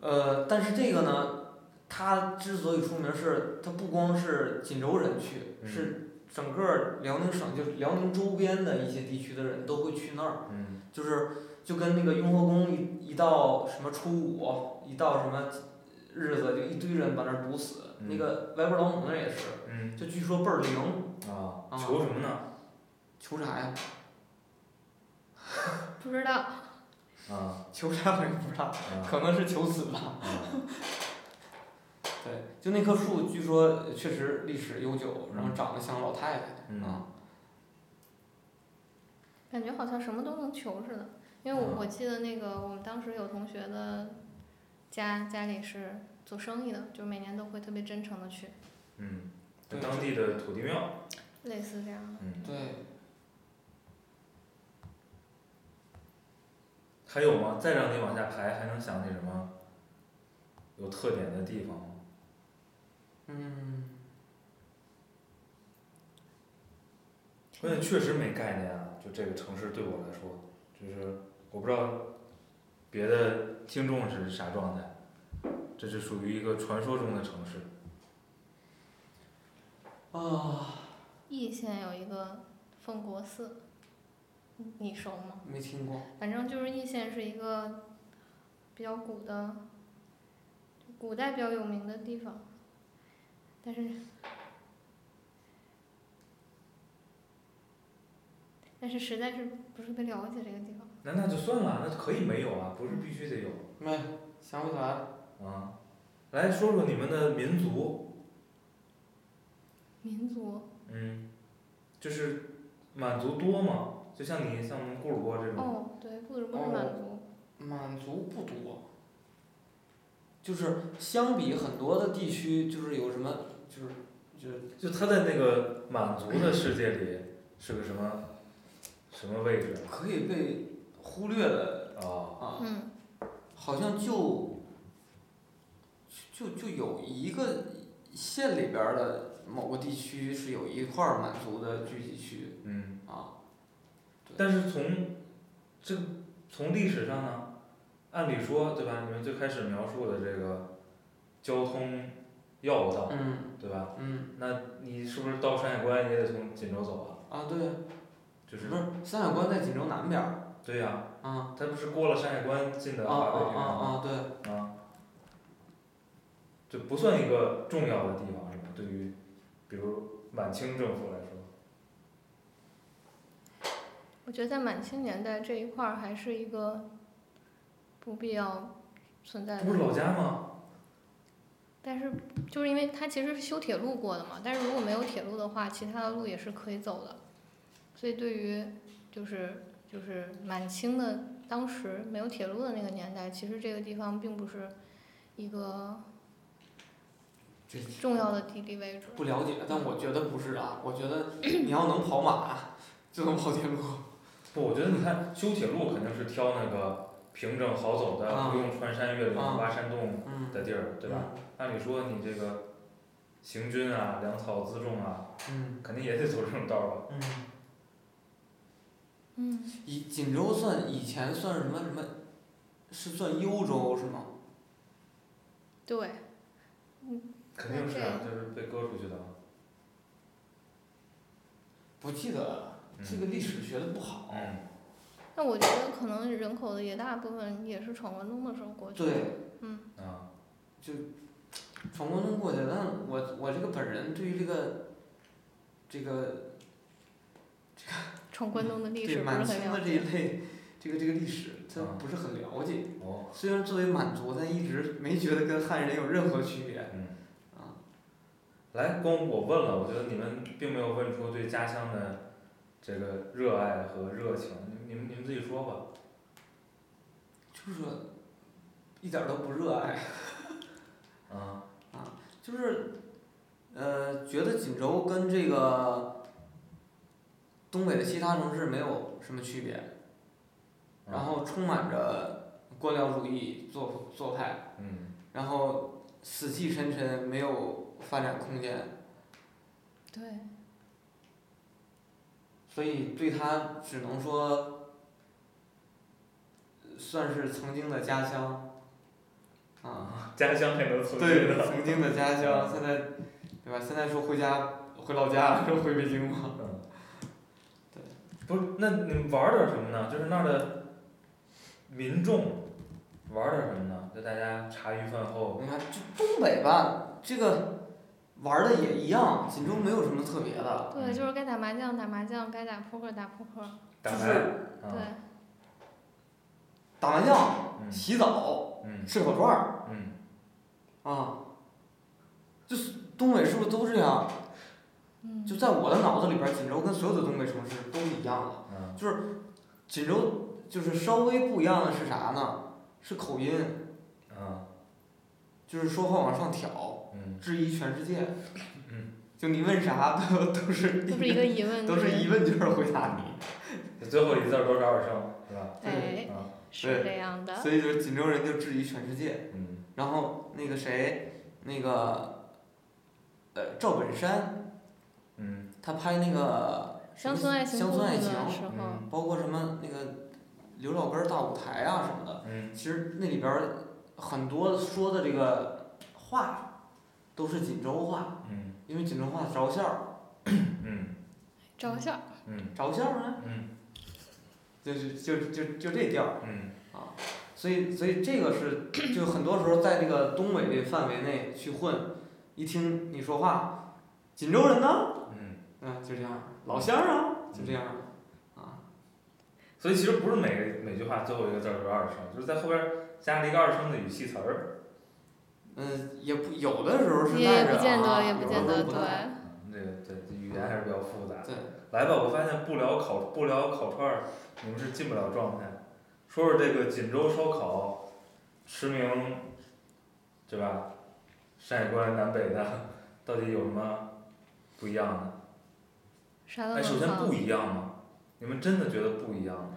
Speaker 3: 呃，但是这个呢，它之所以出名是，它不光是锦州人去，
Speaker 4: 嗯
Speaker 3: 是整个辽宁省，就是辽宁周边的一些地区的人都会去那儿，
Speaker 4: 嗯
Speaker 3: 就是就跟那个雍和宫一一到什么初五，一到什么日子，就一堆人把那儿堵死。
Speaker 4: 嗯
Speaker 3: 那个歪脖老母那儿也是，
Speaker 4: 嗯
Speaker 3: 就据说倍儿灵，
Speaker 4: 啊，
Speaker 3: 啊
Speaker 4: 求什么呢？
Speaker 3: 求啥呀？ *laughs*
Speaker 5: 不知道。
Speaker 4: 啊
Speaker 3: 求啥我也不知道，
Speaker 4: 啊
Speaker 3: 可能是求死吧。
Speaker 4: 啊，
Speaker 3: 对，就那棵树，据说确实历史悠久，然后长得像老太太 *laughs*
Speaker 4: 嗯
Speaker 3: 啊。
Speaker 5: 感觉好像什么都能求似的，因为我
Speaker 4: 啊
Speaker 5: 我记得那个我们当时有同学的家家里是做生意的，就每年都会特别真诚的去，
Speaker 4: 嗯，就当地的土地庙。
Speaker 5: 类似这样的。
Speaker 4: 嗯，
Speaker 3: 对，
Speaker 4: 还有吗？再让你往下排，还能想起什么有特点的地方吗？
Speaker 3: 嗯，
Speaker 4: 关键确实没概念啊，就这个城市对我来说，就是我不知道别的听众是啥状态，这是属于一个传说中的城市。
Speaker 3: 啊，
Speaker 5: 易县有一个奉国寺，你你熟吗？
Speaker 3: 没听过。
Speaker 5: 反正就是易县是一个比较古的，古代比较有名的地方，但是但是实在是不是特别了解这个地方。
Speaker 4: 那那就算了，那可以没有啊，不是必须得有
Speaker 3: 没，想不起来。
Speaker 4: 啊。来说说你们的民族，
Speaker 5: 民族
Speaker 4: 嗯，就是满族多吗？就像你像我们顾尔波这种，
Speaker 5: 哦，对，不是不是满族，
Speaker 3: 满族不多，就是相比很多的地区，就是有什么，就是就是
Speaker 4: 就他在那个满族的世界里是个什么什么位置
Speaker 3: 可以被忽略的
Speaker 4: 啊？
Speaker 3: 啊，
Speaker 5: 嗯，
Speaker 3: 好像就就就有一个县里边儿的某个地区是有一块儿满族的聚集区
Speaker 4: 嗯。
Speaker 3: 啊，
Speaker 4: 但是从这个从历史上呢，按理说对吧？你们最开始描述的这个交通要道，
Speaker 3: 嗯
Speaker 4: 对吧？
Speaker 3: 嗯
Speaker 4: 那你是不是到山海关也得从锦州走啊？
Speaker 3: 啊对，
Speaker 4: 就是
Speaker 3: 不是山海关在锦州南边儿
Speaker 4: 对呀、
Speaker 3: 啊
Speaker 4: 他不是过了山海关进
Speaker 3: 啊
Speaker 4: 的华
Speaker 3: 啊
Speaker 4: 北这边
Speaker 3: 啊
Speaker 4: 吗？
Speaker 3: 啊对，
Speaker 4: 啊，这不算一个重要的地方是吧？对于比如满清政府来说，
Speaker 5: 我觉得在满清年代这一块儿还是一个不必要存在
Speaker 4: 这
Speaker 5: 的
Speaker 4: 不是老家吗？
Speaker 5: 但是就是因为它其实是修铁路过的嘛，但是如果没有铁路的话，其他的路也是可以走的。所以对于就是就是满清的当时没有铁路的那个年代，其实这个地方并不是一个
Speaker 3: 这
Speaker 5: 重要的地理位置。
Speaker 3: 不了解，但我觉得不是啊，我觉得你要能跑马就能跑铁路。
Speaker 4: 不，我觉得你看修铁路肯定是挑那个平整好走的，
Speaker 3: 啊
Speaker 4: 不用穿山越岭、
Speaker 3: 啊
Speaker 4: 挖山洞
Speaker 3: 嗯，
Speaker 4: 的地儿，对吧？？按理说你这个行军啊、粮草辎重啊，
Speaker 3: 嗯
Speaker 4: 肯定也得走这种道儿吧？
Speaker 3: 嗯，
Speaker 5: 嗯，
Speaker 3: 以锦州算以前算什么什么，是算幽州是吗？
Speaker 5: 对，
Speaker 4: 肯定是啊，就是被割出去的啊。
Speaker 3: 不记得了，这个历史学的不好。
Speaker 4: 嗯，
Speaker 5: 那我觉得可能人口的也大部分也是闯关东的时候过去的。
Speaker 3: 对，
Speaker 5: 嗯，
Speaker 4: 嗯啊，
Speaker 3: 闯关东过去，但我我这个本人对于这个，这个
Speaker 5: 闯关东的历史
Speaker 3: 对
Speaker 5: 不是
Speaker 3: 满
Speaker 5: 很
Speaker 3: 清
Speaker 5: 了
Speaker 3: 的这一
Speaker 5: 解。
Speaker 3: 类，这个这个历史，他
Speaker 4: 啊
Speaker 3: 不是很了解。
Speaker 4: 哦，
Speaker 3: 虽然作为满族，但一直没觉得跟汉人有任何区别。
Speaker 4: 嗯，
Speaker 3: 啊，
Speaker 4: 来，光我问了，我觉得你们并没有问出对家乡的这个热爱和热情，你们你们你们自己说吧。
Speaker 3: 就是一点儿都不热爱。
Speaker 4: 啊，
Speaker 3: 就是，呃，觉得锦州跟这个东北的其他城市没有什么区别，然后充满着官僚主义做做派，
Speaker 4: 嗯，
Speaker 3: 然后死气沉沉，没有发展空间，
Speaker 5: 对，
Speaker 3: 所以对他只能说，算是曾经的家乡，啊，
Speaker 4: 家乡还能存续
Speaker 3: 对，
Speaker 4: 的。
Speaker 3: 曾经的家乡，现在，对吧？现在说回家回老家了，说 *laughs* 回北京嘛，
Speaker 4: 嗯，
Speaker 3: 对。
Speaker 4: 不是，那你们玩儿点儿什么呢？就是那儿的民众玩儿点儿什么呢？就大家茶余饭后，
Speaker 3: 你看，就东北吧，这个玩儿的也一样，锦州没有什么特别的，
Speaker 5: 对，就是该打麻将打麻将，该打扑克打扑克。
Speaker 4: 打
Speaker 3: 就
Speaker 4: 牌，
Speaker 3: 是
Speaker 5: 对
Speaker 4: 啊，，
Speaker 3: 打麻将、
Speaker 4: 嗯
Speaker 3: 洗澡、
Speaker 4: 嗯
Speaker 3: 吃烤串儿
Speaker 4: 嗯，
Speaker 3: 啊，就是东北是不是都这样？
Speaker 5: 嗯，
Speaker 3: 就在我的脑子里边儿，锦州跟所有的东北城市都是一样的。
Speaker 4: 啊，
Speaker 3: 锦州就是稍微不一样的是啥呢？是口音，
Speaker 4: 啊，
Speaker 3: 就是说话往上挑，
Speaker 4: 嗯，
Speaker 3: 质疑全世界
Speaker 4: 嗯。
Speaker 3: 就你问啥都都是
Speaker 5: 就是一个疑问。
Speaker 3: 都是
Speaker 5: 对
Speaker 3: 一问就是回答你。
Speaker 4: 就最后一字儿多少声是吧？
Speaker 5: 哎，
Speaker 4: 啊，
Speaker 5: 是
Speaker 3: 对
Speaker 5: 这样的。
Speaker 3: 所以就是锦州人就质疑全世界。
Speaker 4: 嗯，
Speaker 3: 然后那个谁，那个呃赵本山，
Speaker 4: 嗯，
Speaker 3: 他拍那个
Speaker 5: 乡村爱情
Speaker 3: 乡
Speaker 5: 故
Speaker 3: 村爱
Speaker 5: 事
Speaker 3: 情
Speaker 5: 的时候，
Speaker 4: 嗯
Speaker 3: 包括什么那个刘老根儿大舞台啊什么的，
Speaker 4: 嗯
Speaker 3: 其实那里边儿很多说的这个话都是锦州话，
Speaker 4: 嗯
Speaker 3: 因为锦州话着调儿，
Speaker 4: 嗯
Speaker 5: 照相，
Speaker 4: 嗯
Speaker 3: 着调儿呢，
Speaker 4: 嗯
Speaker 3: 就是就就就这调儿，
Speaker 4: 嗯
Speaker 3: 所以所以这个是就很多时候在这个东北这范围内去混，一听你说话，锦州人呢，
Speaker 4: 嗯，
Speaker 3: 嗯，就这样，老乡儿啊，就这样，啊，
Speaker 4: 所以其实不是每每句话最后一个字儿就是二声，就是在后边儿加了一个二声的语气词儿，
Speaker 3: 嗯，也不有的时候是
Speaker 5: 也
Speaker 3: 带
Speaker 5: 也
Speaker 3: 着
Speaker 5: 不见
Speaker 3: 啊，
Speaker 5: 得，也不
Speaker 3: 有
Speaker 5: 见
Speaker 3: 的时候
Speaker 5: 得，
Speaker 3: 不带
Speaker 5: 对，
Speaker 4: 嗯这个对这语言还是比较复杂的。
Speaker 3: 对，
Speaker 4: 来吧，我发现不聊烤不聊烤串儿，你们是进不了状态。说说这个锦州烧烤，驰名，对吧？山海关南北的到底有什么不一样的？
Speaker 5: 啥都
Speaker 4: 哎，首
Speaker 5: 能
Speaker 4: 先不
Speaker 5: 放。
Speaker 4: 一样吗？你们真的觉得不一样吗？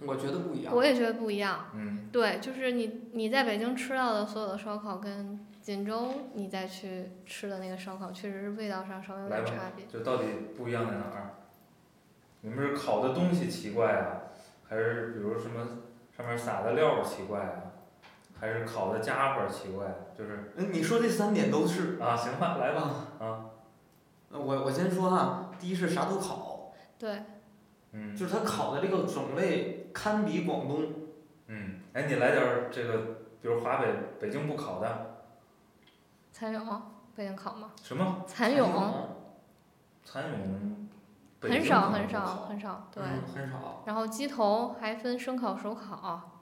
Speaker 3: 我觉得不一样
Speaker 5: 我。也觉得不一样，
Speaker 4: 嗯
Speaker 5: 对，就是你你在北京吃到的所有的烧烤，跟锦州你再去吃的那个烧烤，确实是味道上稍微有点
Speaker 4: 来吧
Speaker 5: 差别。
Speaker 4: 就到底不一样在哪儿？你们是烤的东西奇怪啊，还是比如什么上面撒的料儿奇怪啊，还是烤的家伙儿奇怪？啊就是
Speaker 3: 嗯，你说这三点都是
Speaker 4: 啊，行吧，来吧。
Speaker 3: 啊
Speaker 4: 啊。
Speaker 3: 那我我先说哈，第一是啥都烤，
Speaker 5: 对，
Speaker 4: 嗯
Speaker 3: 就是它烤的这个种类堪比广东。
Speaker 4: 嗯，哎，你来点儿这个，比如华北、北京不烤的，
Speaker 5: 蚕蛹，北京烤吗？
Speaker 4: 什么
Speaker 5: 蚕蛹
Speaker 4: 蚕蛹，北
Speaker 5: 很
Speaker 4: 京
Speaker 5: 少
Speaker 4: 可能
Speaker 5: 很
Speaker 4: 不
Speaker 5: 少
Speaker 4: 烤
Speaker 5: 很少，对。
Speaker 3: 嗯，很少。
Speaker 5: 然后鸡头还分生烤、熟烤。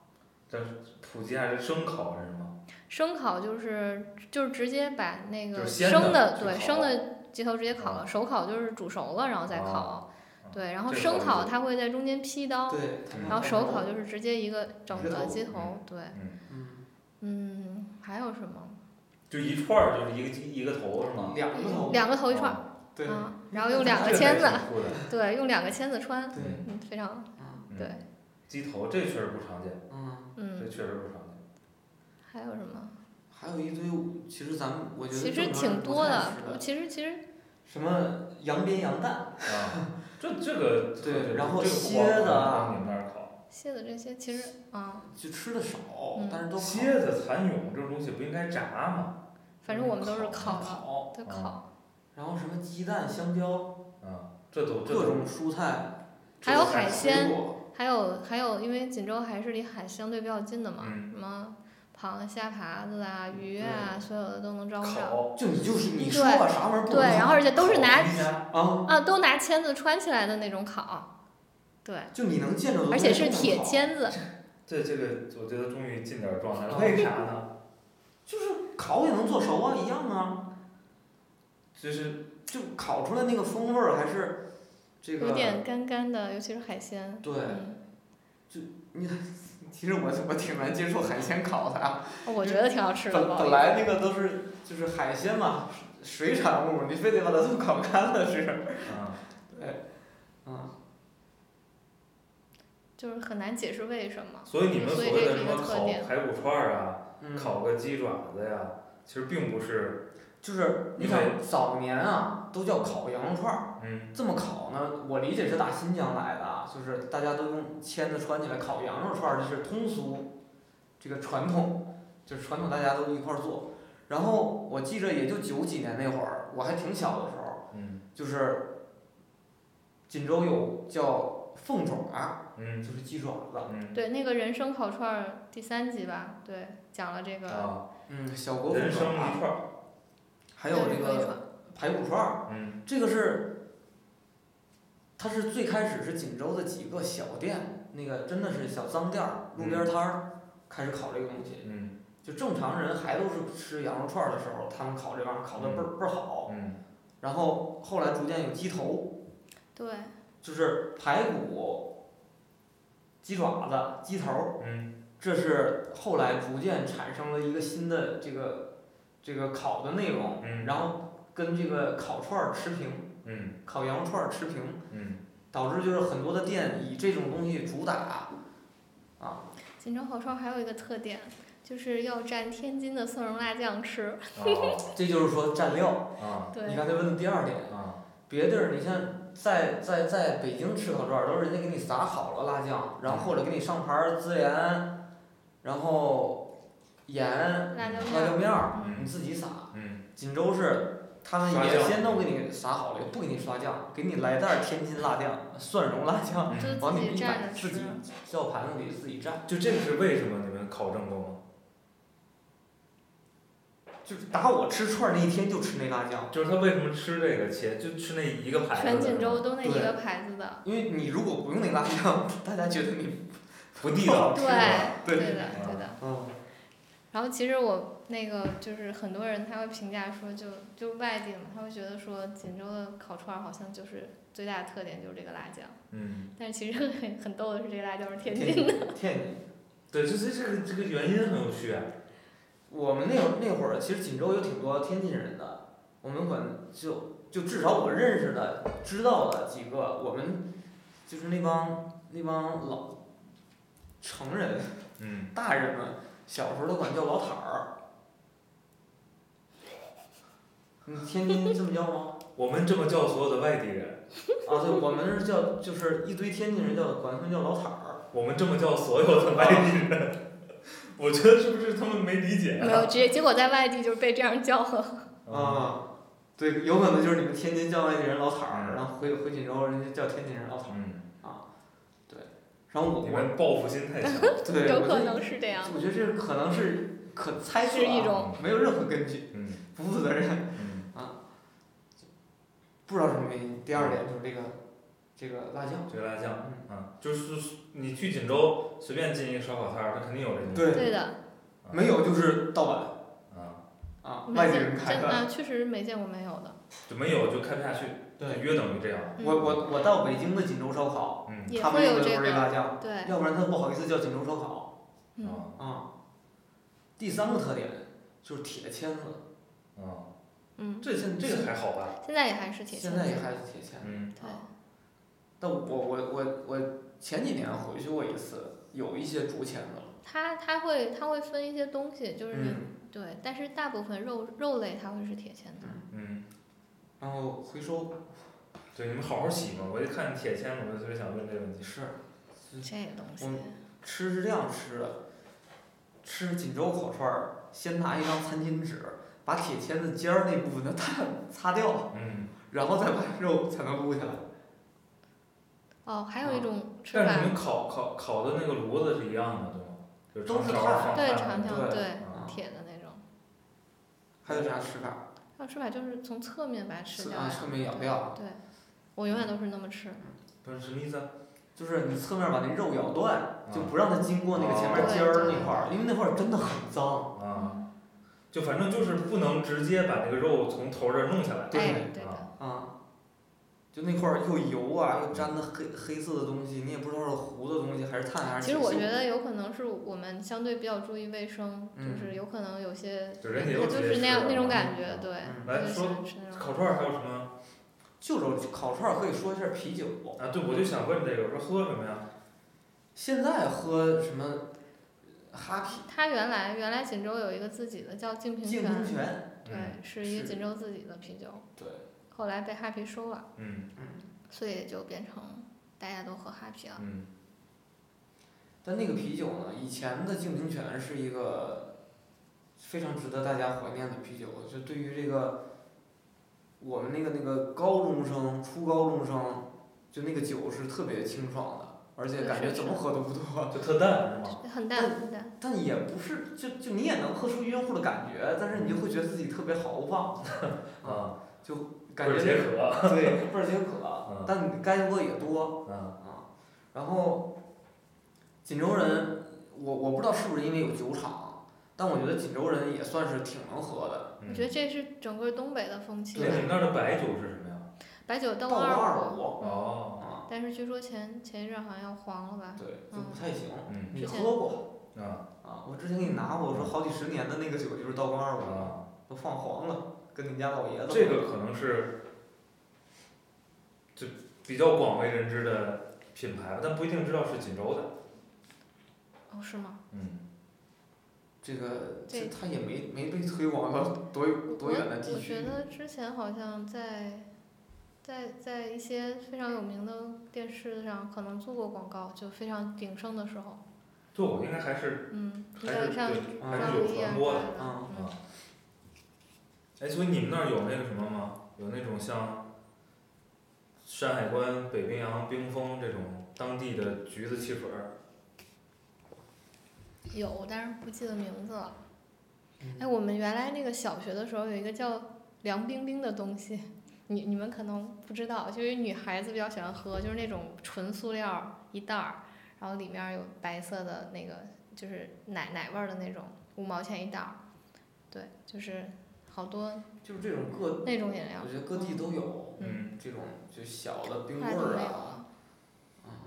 Speaker 4: 但是普及还是生烤还是什么？
Speaker 5: 生烤就是就是直接把那个
Speaker 4: 就是鲜
Speaker 5: 生
Speaker 4: 的去
Speaker 5: 对
Speaker 4: 烤
Speaker 5: 生的鸡头直接烤了，
Speaker 3: 嗯
Speaker 5: 熟烤就是煮熟了然后再烤
Speaker 4: 哦。
Speaker 5: 对，然后
Speaker 4: 这个
Speaker 5: 生
Speaker 4: 好
Speaker 5: 烤
Speaker 4: 理解
Speaker 5: 它会在中间劈刀，
Speaker 3: 对，它
Speaker 5: 哦然后手烤
Speaker 3: 就
Speaker 5: 就是直接一个整
Speaker 3: 一个
Speaker 5: 个
Speaker 3: 头
Speaker 5: 鸡头。对，
Speaker 4: 嗯，
Speaker 3: 嗯，
Speaker 5: 嗯，还有什么？
Speaker 4: 就一串儿就是一个鸡一个头是吗？
Speaker 3: 两个头。
Speaker 5: 两个头一串儿
Speaker 4: 哦，
Speaker 3: 对 *laughs*
Speaker 5: 啊，然后用
Speaker 3: 那
Speaker 5: 两
Speaker 3: 它
Speaker 5: 个
Speaker 4: 这还
Speaker 5: 签
Speaker 4: 挺
Speaker 5: 子，
Speaker 3: *laughs*
Speaker 4: 酷的，
Speaker 5: 对，用两个签子穿，
Speaker 3: 对，
Speaker 5: 嗯，非常
Speaker 3: 啊，
Speaker 4: 嗯
Speaker 5: 对，
Speaker 4: 鸡头这确实不常见，
Speaker 3: 嗯，
Speaker 4: 这
Speaker 5: 嗯，
Speaker 4: 确实不常见。
Speaker 5: 还有什么？
Speaker 3: 还有一堆，其实咱们我觉得
Speaker 5: 其实
Speaker 3: 正常人
Speaker 5: 挺
Speaker 3: 不
Speaker 5: 多
Speaker 3: 太
Speaker 5: 的
Speaker 3: 吃，
Speaker 5: 其实其实
Speaker 3: 什么羊鞭羊蛋， *laughs*
Speaker 4: 啊，这这个
Speaker 3: 对
Speaker 4: 这个
Speaker 3: 然后
Speaker 4: 这个不
Speaker 3: 蝎子啊
Speaker 4: 光你们那儿烤，
Speaker 5: 蝎子这些其实啊，
Speaker 3: 就吃的少
Speaker 5: 嗯，
Speaker 3: 但是都烤。
Speaker 4: 蝎子、蚕蛹这种东西不应该炸吗？
Speaker 5: 反正我们都是
Speaker 3: 烤嗯
Speaker 5: 烤的，
Speaker 3: 烤，
Speaker 5: 都烤，
Speaker 3: 然后什么鸡蛋、香蕉，
Speaker 4: 啊，这都这
Speaker 3: 各
Speaker 4: 都
Speaker 3: 种蔬菜，
Speaker 5: 还有
Speaker 4: 这都
Speaker 5: 海
Speaker 4: 是
Speaker 5: 鲜
Speaker 3: 水果，
Speaker 5: 还有还有，因为锦州还是离海相对比较近的嘛，
Speaker 4: 嗯
Speaker 5: 什么螃蟹、耙子啊、鱼啊，所有的都能招呼上。
Speaker 4: 烤，
Speaker 3: 就你就是你说吧，啥玩意儿不
Speaker 5: 对，然后而且都是拿
Speaker 4: 烤一下
Speaker 3: 啊，
Speaker 5: 啊，都拿签子穿起来的那种烤，对，
Speaker 3: 就你能见着的
Speaker 5: 而且
Speaker 3: 东西
Speaker 5: 是
Speaker 3: 都能
Speaker 5: 铁
Speaker 3: 烤
Speaker 5: 签子，
Speaker 4: 这这个我觉得终于进点儿状
Speaker 3: 哦
Speaker 4: 态了，为啥呢？
Speaker 3: 就是烤也能做熟啊，一样啊，
Speaker 4: 就是
Speaker 3: 就烤出来那个风味儿还是这个
Speaker 5: 有点干干的，尤其是海鲜。
Speaker 3: 对。
Speaker 5: 嗯，
Speaker 3: 其实我我挺难接受海鲜烤的啊，
Speaker 5: 哦我觉得挺好吃
Speaker 3: 本
Speaker 5: 的。不好
Speaker 3: 本
Speaker 5: 意思
Speaker 3: 来那个都是就是海鲜嘛，水水产物，你非得把它都烤干了吃，
Speaker 4: 啊，
Speaker 3: 啊，
Speaker 5: 就是很难解释为什么。
Speaker 4: 所以你们所
Speaker 5: 所以
Speaker 4: 谓
Speaker 5: 这
Speaker 4: 的
Speaker 5: 是
Speaker 4: 什
Speaker 5: 一个
Speaker 4: 么
Speaker 5: 特
Speaker 4: 烤
Speaker 5: 点
Speaker 4: 排骨串儿啊，
Speaker 3: 嗯，
Speaker 4: 烤个鸡爪子呀，其实并不是，
Speaker 3: 就是你想早年啊都叫烤羊肉串儿，
Speaker 4: 嗯
Speaker 3: 这么烤呢，我理解是打新疆来的啊，就是大家都用签子穿起来烤羊肉串儿，这是通俗，这个传统，就是传统大家都一块儿做。然后我记着也就九几年那会儿，我还挺小的时候，
Speaker 4: 嗯
Speaker 3: 就是锦州有叫凤爪，就
Speaker 4: 嗯
Speaker 3: 是鸡爪子，
Speaker 4: 嗯
Speaker 5: 对，那个人参烤串儿第三集吧，对，讲了这个。
Speaker 4: 啊，
Speaker 3: 嗯，小国凤
Speaker 4: 人生
Speaker 3: 爪，
Speaker 4: 一串儿，
Speaker 3: 还有这
Speaker 5: 对人参
Speaker 3: 个
Speaker 5: 烤
Speaker 3: 排骨串儿，
Speaker 4: 嗯
Speaker 3: 这个是，它是最开始是锦州的几个小店，那个真的是小脏店儿、路边摊儿开始烤这个东西。
Speaker 4: 嗯
Speaker 3: 就正常人还都是吃羊肉串儿的时候，他们烤这玩意儿烤的倍儿倍儿好。
Speaker 4: 嗯
Speaker 3: 然后后来逐渐有鸡头，
Speaker 5: 对，
Speaker 3: 就是排骨、鸡爪子、鸡头儿，
Speaker 4: 嗯
Speaker 3: 这是后来逐渐产生了一个新的这个这个烤的内容，
Speaker 4: 嗯
Speaker 3: 然后跟这个烤串儿持平，
Speaker 4: 嗯
Speaker 3: 烤羊肉串儿持平。
Speaker 4: 嗯，
Speaker 3: 导致就是很多的店以这种东西主打，啊，
Speaker 5: 锦州烤串儿还有一个特点，就是要蘸天津的蒜蓉辣酱吃。
Speaker 4: 啊
Speaker 5: *laughs*
Speaker 3: 这就是说蘸料。
Speaker 4: 啊
Speaker 5: 对
Speaker 3: 哦你，刚才问的第二点，
Speaker 4: 啊，
Speaker 3: 别地儿你像在在在北京吃烤串儿，都是人家给你撒好了辣酱，然后或者给你上盘儿孜然，然后盐、
Speaker 5: 辣椒
Speaker 3: 辣椒
Speaker 5: 面儿，
Speaker 3: 面儿，你
Speaker 4: 嗯
Speaker 3: 自己撒。
Speaker 4: 嗯，
Speaker 3: 锦州是他们
Speaker 4: 刷
Speaker 3: 也
Speaker 4: 酱
Speaker 3: 先都给你撒好了，也不给你刷酱，给你来袋儿天津辣酱、蒜蓉辣酱， *laughs*
Speaker 5: 就
Speaker 3: 往
Speaker 5: 自
Speaker 3: 里
Speaker 5: 己
Speaker 3: 一
Speaker 5: 蘸
Speaker 3: 摆，
Speaker 5: 着
Speaker 3: 自己
Speaker 5: 吃。
Speaker 3: 叫盘子里自己蘸，
Speaker 4: 就这个是为什么？你们考证过吗？
Speaker 3: 就是打我吃串儿那一天就吃那辣酱，
Speaker 4: 就是他为什么吃这个且就吃那一个牌子
Speaker 5: 全
Speaker 4: 的？
Speaker 5: 锦州都那一
Speaker 3: 对
Speaker 5: 个牌子的，
Speaker 3: 因为你如果不用那辣酱，大家觉得你
Speaker 4: 不地道，
Speaker 5: 对
Speaker 4: 是吧，
Speaker 3: 对
Speaker 5: 对的
Speaker 4: 嗯
Speaker 5: 对的。
Speaker 3: 嗯
Speaker 5: 然后其实我那个就是很多人他会评价说就就外地嘛，他会觉得说锦州的烤串儿好像就是最大的特点就是这个辣酱，
Speaker 4: 嗯，
Speaker 5: 但是其实很很逗的是这个辣椒是天
Speaker 3: 天
Speaker 5: 津的，
Speaker 3: 津天津。
Speaker 4: 对，就是这个这个原因很有趣啊。
Speaker 3: 我们那会儿那会儿，其实锦州有挺多天津人的，我们管就就至少我认识的、知道的几个，我们就是那帮那帮老成人
Speaker 4: 嗯，
Speaker 3: 大人们，小时候都管叫老坦儿。你天津这么叫吗？
Speaker 4: 我们这么叫所有的外地人，
Speaker 3: 啊，对，我们是叫就是一堆天津人叫管他们叫老坦儿，
Speaker 4: 我们这么叫所有的外地人，我觉得是不是他们没理解
Speaker 5: 没
Speaker 4: 啊？嗯
Speaker 5: 有直接结果在外地就是被这样叫了，
Speaker 3: 啊。对，有可能就是你们天津叫外地人老坦儿，然后回回锦州人家叫天津人老坦儿，
Speaker 4: 嗯，
Speaker 3: 然后我
Speaker 4: 你
Speaker 3: 我
Speaker 4: 们报复心太强。
Speaker 5: *laughs*
Speaker 3: 对，
Speaker 5: 有
Speaker 3: 我
Speaker 5: 可
Speaker 3: 就
Speaker 5: 能是这样，
Speaker 3: 我觉得这可能是可猜测、啊，
Speaker 5: 是一种
Speaker 3: 没有任何根据，
Speaker 4: 嗯
Speaker 3: 不负责任，
Speaker 4: 嗯，
Speaker 3: 不知道什么原因。第二点就是这个这个辣酱，
Speaker 4: 这个辣酱
Speaker 3: 嗯，
Speaker 4: 啊，就是你去锦州随便进一个烧烤摊儿，它肯定有这东西。
Speaker 3: 对
Speaker 5: 对的，
Speaker 4: 啊
Speaker 3: 没有就是盗版
Speaker 4: 啊，
Speaker 3: 啊，
Speaker 5: 没
Speaker 3: 外地
Speaker 5: 见
Speaker 3: 人开
Speaker 5: 真
Speaker 3: 的。
Speaker 5: 啊确实没见过没有的，
Speaker 4: 就没有就开不下去，就
Speaker 3: 对，
Speaker 4: 约等于这样。
Speaker 5: 嗯
Speaker 3: 我我我到北京的锦州烧烤，
Speaker 4: 嗯
Speaker 5: 也
Speaker 3: 他们
Speaker 5: 会
Speaker 3: 用
Speaker 5: 有
Speaker 3: 的都
Speaker 5: 这
Speaker 3: 是这
Speaker 5: 个，
Speaker 3: 辣酱，
Speaker 5: 对，
Speaker 3: 要不然他不好意思叫锦州烧烤
Speaker 5: 嗯，
Speaker 4: 啊
Speaker 3: 啊。第三个特点就是铁签子，
Speaker 4: 啊，
Speaker 5: 嗯，
Speaker 4: 这现这个还好吧？
Speaker 5: 现在也还是铁
Speaker 3: 现
Speaker 5: 签
Speaker 3: 在也
Speaker 5: 子，
Speaker 3: 还是铁签。
Speaker 4: 嗯
Speaker 5: 对，
Speaker 3: 但我我我我前几年回去过一次，有一些竹签子了。
Speaker 5: 它它会它会分一些东西，就是你
Speaker 3: 嗯。
Speaker 5: 对，但是大部分肉肉类它会是铁签的，
Speaker 4: 嗯，
Speaker 3: 然后回收
Speaker 4: 对，你们好好洗嘛。我一看铁签子，我就特别想问这个问题。
Speaker 3: 是
Speaker 5: 这个东
Speaker 3: 嗯
Speaker 5: 西
Speaker 3: 我，们吃是这样吃的，吃锦州烤串儿，先拿一张餐巾纸把铁签子尖儿那部分的 *laughs* 碳擦掉，
Speaker 4: 嗯，
Speaker 3: 然后再把肉才能撸下来。
Speaker 5: 哦，还有一种吃
Speaker 4: 但是你
Speaker 5: 法，
Speaker 4: 们烤烤烤的那个炉子是一样的，对吗？就是
Speaker 3: 都是
Speaker 4: 长条
Speaker 3: 碳
Speaker 4: 放
Speaker 5: 对，
Speaker 4: 碳
Speaker 5: 长条，
Speaker 3: 对
Speaker 5: 对，
Speaker 3: 啊，
Speaker 4: 啊
Speaker 5: 铁的那种。
Speaker 3: 还有啥吃法？
Speaker 5: 还有吃法就是从侧面把它吃
Speaker 3: 侧
Speaker 5: 掉
Speaker 3: 啊
Speaker 5: 呀，
Speaker 3: 侧面咬掉，
Speaker 5: 对，我永远都是那么吃，
Speaker 4: 不是什么意思啊？
Speaker 3: 就是你侧面把那肉咬断，就
Speaker 4: 啊
Speaker 3: 不让它经过那个前面尖儿那块儿，
Speaker 5: 对
Speaker 3: 因为那块儿真的很脏。
Speaker 4: 啊，
Speaker 5: 嗯
Speaker 4: 就反正就是不能直接把那个肉从头这儿弄下来。
Speaker 3: 对
Speaker 5: 哎，对的，
Speaker 4: 啊，
Speaker 3: 啊，就那块儿又油啊，又沾的黑黑色的东西，你也不知道是糊的东西还是碳还是
Speaker 5: 其
Speaker 3: 铁
Speaker 5: 实我
Speaker 3: 锈
Speaker 5: 觉得有可能是我们相对比较注意卫生，就是有可能有些
Speaker 4: 就
Speaker 5: 它
Speaker 4: 人家有直
Speaker 5: 就
Speaker 4: 接
Speaker 5: 是那样
Speaker 4: 吃
Speaker 5: 那种感
Speaker 4: 啊
Speaker 5: 觉，对，
Speaker 3: 嗯，
Speaker 4: 来
Speaker 5: 就喜
Speaker 4: 说
Speaker 5: 欢吃那种。
Speaker 4: 烤串儿还有什么？
Speaker 3: 就着烤串儿可以说一下啤酒。
Speaker 4: 啊，对，我就想问这个，我说喝什么呀？
Speaker 3: 现在喝什么哈啤、
Speaker 5: 它原来原来锦州有一个自己的叫静平
Speaker 3: 敬
Speaker 5: 泉
Speaker 3: 喷，泉？
Speaker 4: 嗯
Speaker 5: 对，是一个
Speaker 3: 是
Speaker 5: 锦州自己的啤酒，
Speaker 3: 对，
Speaker 5: 后来被哈啤收了，
Speaker 4: 嗯
Speaker 5: 所以就变成大家都喝哈啤了。
Speaker 4: 嗯
Speaker 3: 但那个啤酒呢？以前的敬喷泉是一个非常值得大家怀念的啤酒。就对于这个我们那个那个高中生、初高中生，就那个酒是特别清爽的，而且感觉怎么喝都不多。
Speaker 4: 就特淡是吗？
Speaker 5: 很淡很淡，
Speaker 3: 但也不是，就就你也能喝出晕乎的感觉，但是你就会觉得自己特别豪放，
Speaker 4: 啊，
Speaker 3: 感觉
Speaker 4: 解渴。
Speaker 3: 对 *laughs* 倍儿解渴
Speaker 4: 嗯，
Speaker 3: 但你该喝也多。
Speaker 4: 嗯
Speaker 3: 啊，然后锦州人，我我不知道是不是因为有酒厂，但我觉得锦州人也算是挺能喝的。
Speaker 5: 我觉得这是整个东北的风气
Speaker 4: 对，你
Speaker 5: 吧。
Speaker 4: 嗯们那儿的白酒是什么呀？
Speaker 5: 白酒倒
Speaker 3: 到了二
Speaker 5: 二
Speaker 3: 五
Speaker 4: 哦，
Speaker 3: 啊，
Speaker 5: 但是据说前前一阵好像要黄了吧？
Speaker 3: 对，就不太行。
Speaker 4: 嗯
Speaker 3: 你
Speaker 5: 之前
Speaker 3: 喝过
Speaker 4: 啊
Speaker 3: 啊？我之前给你拿过，我说好几十年的那个酒就是道光二五，
Speaker 4: 啊，
Speaker 3: 都放黄了，跟你们家老爷子。
Speaker 4: 这个可能是就比较广为人知的品牌吧，但不一定知道是锦州的。
Speaker 5: 哦，是吗？
Speaker 4: 嗯，
Speaker 3: 这个这
Speaker 5: 对
Speaker 3: 它也没没被推广到多
Speaker 5: 我
Speaker 3: 多远的
Speaker 5: 我
Speaker 3: 地
Speaker 5: 觉
Speaker 3: 区。
Speaker 5: 得之前好像在在在一些非常有名的电视上可能做过广告，就非常鼎盛的时候，
Speaker 4: 做还还是
Speaker 5: 嗯，就
Speaker 4: 还
Speaker 5: 在
Speaker 4: 是
Speaker 5: 上
Speaker 4: 对，还
Speaker 5: 上
Speaker 4: 是有
Speaker 5: 医
Speaker 4: 传
Speaker 5: 院
Speaker 4: 播的。
Speaker 5: 的，
Speaker 3: 嗯
Speaker 5: 嗯，
Speaker 4: 哎，所以你们那儿有那个什么吗？有那种像山海关、北冰洋、冰峰这种当地的橘子汽水儿？
Speaker 5: 有，但是不记得名字了。
Speaker 3: 嗯
Speaker 5: 哎，我们原来那个小学的时候有一个叫凉冰冰的东西，你你们可能不知道，就是女孩子比较喜欢喝，就是那种纯塑料儿一袋儿，然后里面有白色的那个就是奶奶味儿的那种，五毛钱一袋儿。对，就是好多
Speaker 3: 就是这种各，
Speaker 5: 那种饮料
Speaker 3: 我，觉得各地都有
Speaker 4: 嗯，
Speaker 3: 这种，就小的冰棍
Speaker 5: 后来就
Speaker 3: 儿
Speaker 5: 没有
Speaker 3: 啊，
Speaker 5: 了。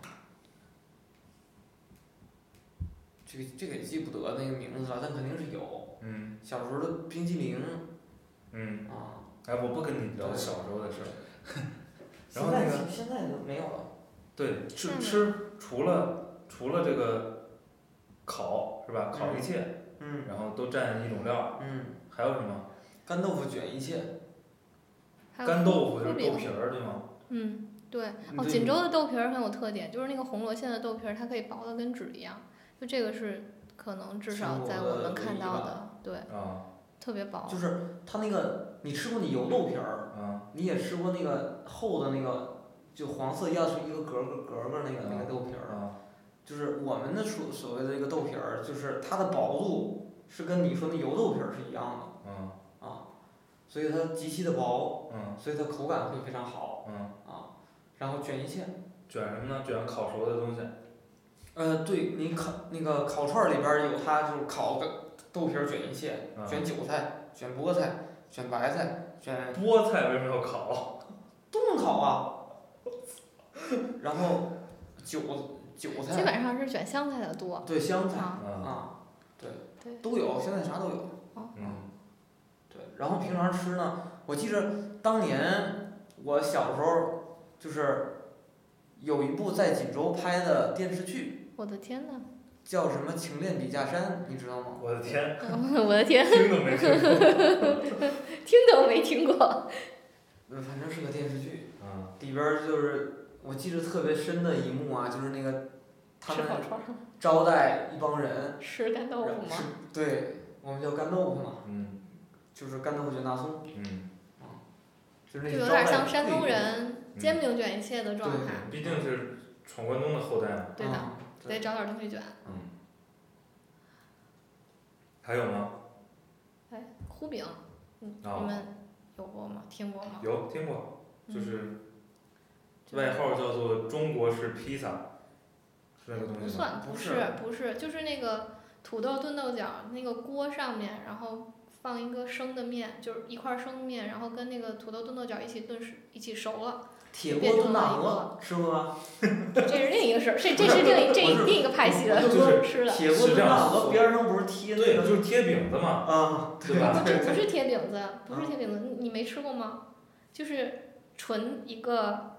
Speaker 3: 这个这个也记不得那个名字了，但肯定是有。
Speaker 4: 嗯
Speaker 3: 小时候的冰激凌
Speaker 4: 嗯，
Speaker 3: 啊，
Speaker 4: 哎，我不跟你聊小时候的事儿。然
Speaker 3: 现
Speaker 4: 后那
Speaker 3: 在
Speaker 4: 个
Speaker 3: 现在都没有了。
Speaker 4: 对，吃
Speaker 5: 那你
Speaker 4: 吃除了除了这个烤是吧？烤一切，
Speaker 3: 嗯
Speaker 4: 然后都蘸一种料儿，
Speaker 3: 嗯，
Speaker 4: 还有什么？
Speaker 3: 干豆腐卷一切，
Speaker 5: 还有
Speaker 4: 干豆腐
Speaker 5: 酥
Speaker 4: 就是
Speaker 5: 饼
Speaker 4: 豆皮儿，对吗？
Speaker 5: 嗯，对，哦，
Speaker 3: 对
Speaker 5: 锦州的豆皮儿很有特点，就是那个红罗县的豆皮儿，它可以薄的跟纸一样，就这个是可能至少
Speaker 3: 全国
Speaker 5: 在
Speaker 3: 的
Speaker 5: 我
Speaker 3: 唯
Speaker 5: 们
Speaker 3: 一
Speaker 5: 看到
Speaker 3: 吧
Speaker 5: 的，对，
Speaker 4: 啊
Speaker 5: 特别薄
Speaker 3: 就。是它那个，你吃过那油豆皮儿，
Speaker 4: 啊，
Speaker 3: 你也吃过那个厚的那个，就黄色压成一个格格格格那个那个
Speaker 5: 哦
Speaker 3: 豆皮儿。
Speaker 4: 啊
Speaker 3: 就是我们的所所谓的这个豆皮儿，就是它的薄度是跟你说那油豆皮儿是一样
Speaker 4: 嗯
Speaker 3: 的啊，所以它极其的薄，
Speaker 4: 嗯
Speaker 3: 所以它口感会非常好
Speaker 4: 嗯，
Speaker 3: 啊。然后卷一切，
Speaker 4: 卷什么呢？卷烤熟的东西。
Speaker 3: 呃，对你烤那个烤串儿里边儿有它就是烤个豆皮儿卷一切，
Speaker 4: 啊
Speaker 3: 卷韭菜，卷菠菜，卷白菜，卷
Speaker 4: 菠菜为什么要烤？
Speaker 3: 冻烤啊， *laughs* 然后韭韭
Speaker 5: 基
Speaker 3: 菜，
Speaker 5: 本上是选香菜的多
Speaker 3: 对香菜
Speaker 5: 啊，
Speaker 4: 啊，
Speaker 3: 啊
Speaker 5: 对，
Speaker 3: 都有，现在啥都有。
Speaker 4: 嗯
Speaker 3: 对，然后平常吃呢，我记着当年我小时候就是有一部在锦州拍的电视剧，
Speaker 5: 我的天呐， *laughs*
Speaker 3: 叫什么《情恋笔架山》，你知道吗？
Speaker 4: 我的
Speaker 5: *laughs*
Speaker 4: 天，
Speaker 5: 我的天，
Speaker 4: 听都没听过。
Speaker 5: 听都没
Speaker 3: *laughs*
Speaker 5: 听过。
Speaker 3: 呃，反正是个电视剧，
Speaker 4: 嗯
Speaker 3: 里边儿就是我记着特别深的一幕啊，就是那个他
Speaker 5: 吃
Speaker 3: 们
Speaker 5: 烤串儿，
Speaker 3: 招待一帮人，
Speaker 5: 吃干豆
Speaker 3: 然
Speaker 5: 腐
Speaker 3: 后是
Speaker 5: 吗？
Speaker 3: 对，我们叫干豆腐嘛，
Speaker 4: 嗯
Speaker 3: 就是干豆腐卷大葱，
Speaker 4: 嗯，
Speaker 3: 就是那
Speaker 5: 就
Speaker 3: 个
Speaker 5: 有
Speaker 3: 招待
Speaker 5: 点像山
Speaker 3: 贵
Speaker 5: 东
Speaker 3: 族
Speaker 5: 人煎饼卷一切的状
Speaker 3: 嗯对
Speaker 5: 态，
Speaker 4: 嗯毕竟是闯关东的后代嘛。
Speaker 5: 对的
Speaker 3: 啊
Speaker 5: 得找点东西卷。
Speaker 4: 还有吗？
Speaker 5: 哎，糊饼，嗯，
Speaker 4: 啊
Speaker 3: 哦
Speaker 5: 你们有过吗？听过吗？
Speaker 4: 有听过，
Speaker 5: 嗯
Speaker 4: 就是
Speaker 5: 就
Speaker 4: 外号叫做中国式披萨，是那个东
Speaker 5: 不
Speaker 4: 西吗？
Speaker 5: 算，
Speaker 3: 不
Speaker 5: 不
Speaker 3: 是
Speaker 5: 是，不是，就是那个土豆炖豆角那个锅上面，然后放一个生的面，就是一块生面，然后跟那个土豆炖豆角一起炖熟，一起熟了。
Speaker 3: 铁锅炖大鹅，吃过吗？
Speaker 5: 这是另一个事儿，这这是另一这
Speaker 3: 不是
Speaker 5: 另一个派系的
Speaker 4: 就是
Speaker 5: 吃的，
Speaker 3: 铁锅炖大鹅边儿上不是贴那
Speaker 4: 对，
Speaker 3: 个
Speaker 4: 就是贴饼子嘛，
Speaker 3: 啊，
Speaker 4: 对吧？
Speaker 5: 这不是贴饼子，
Speaker 4: 啊
Speaker 5: 不是贴饼子，你你没吃过吗？就是纯一个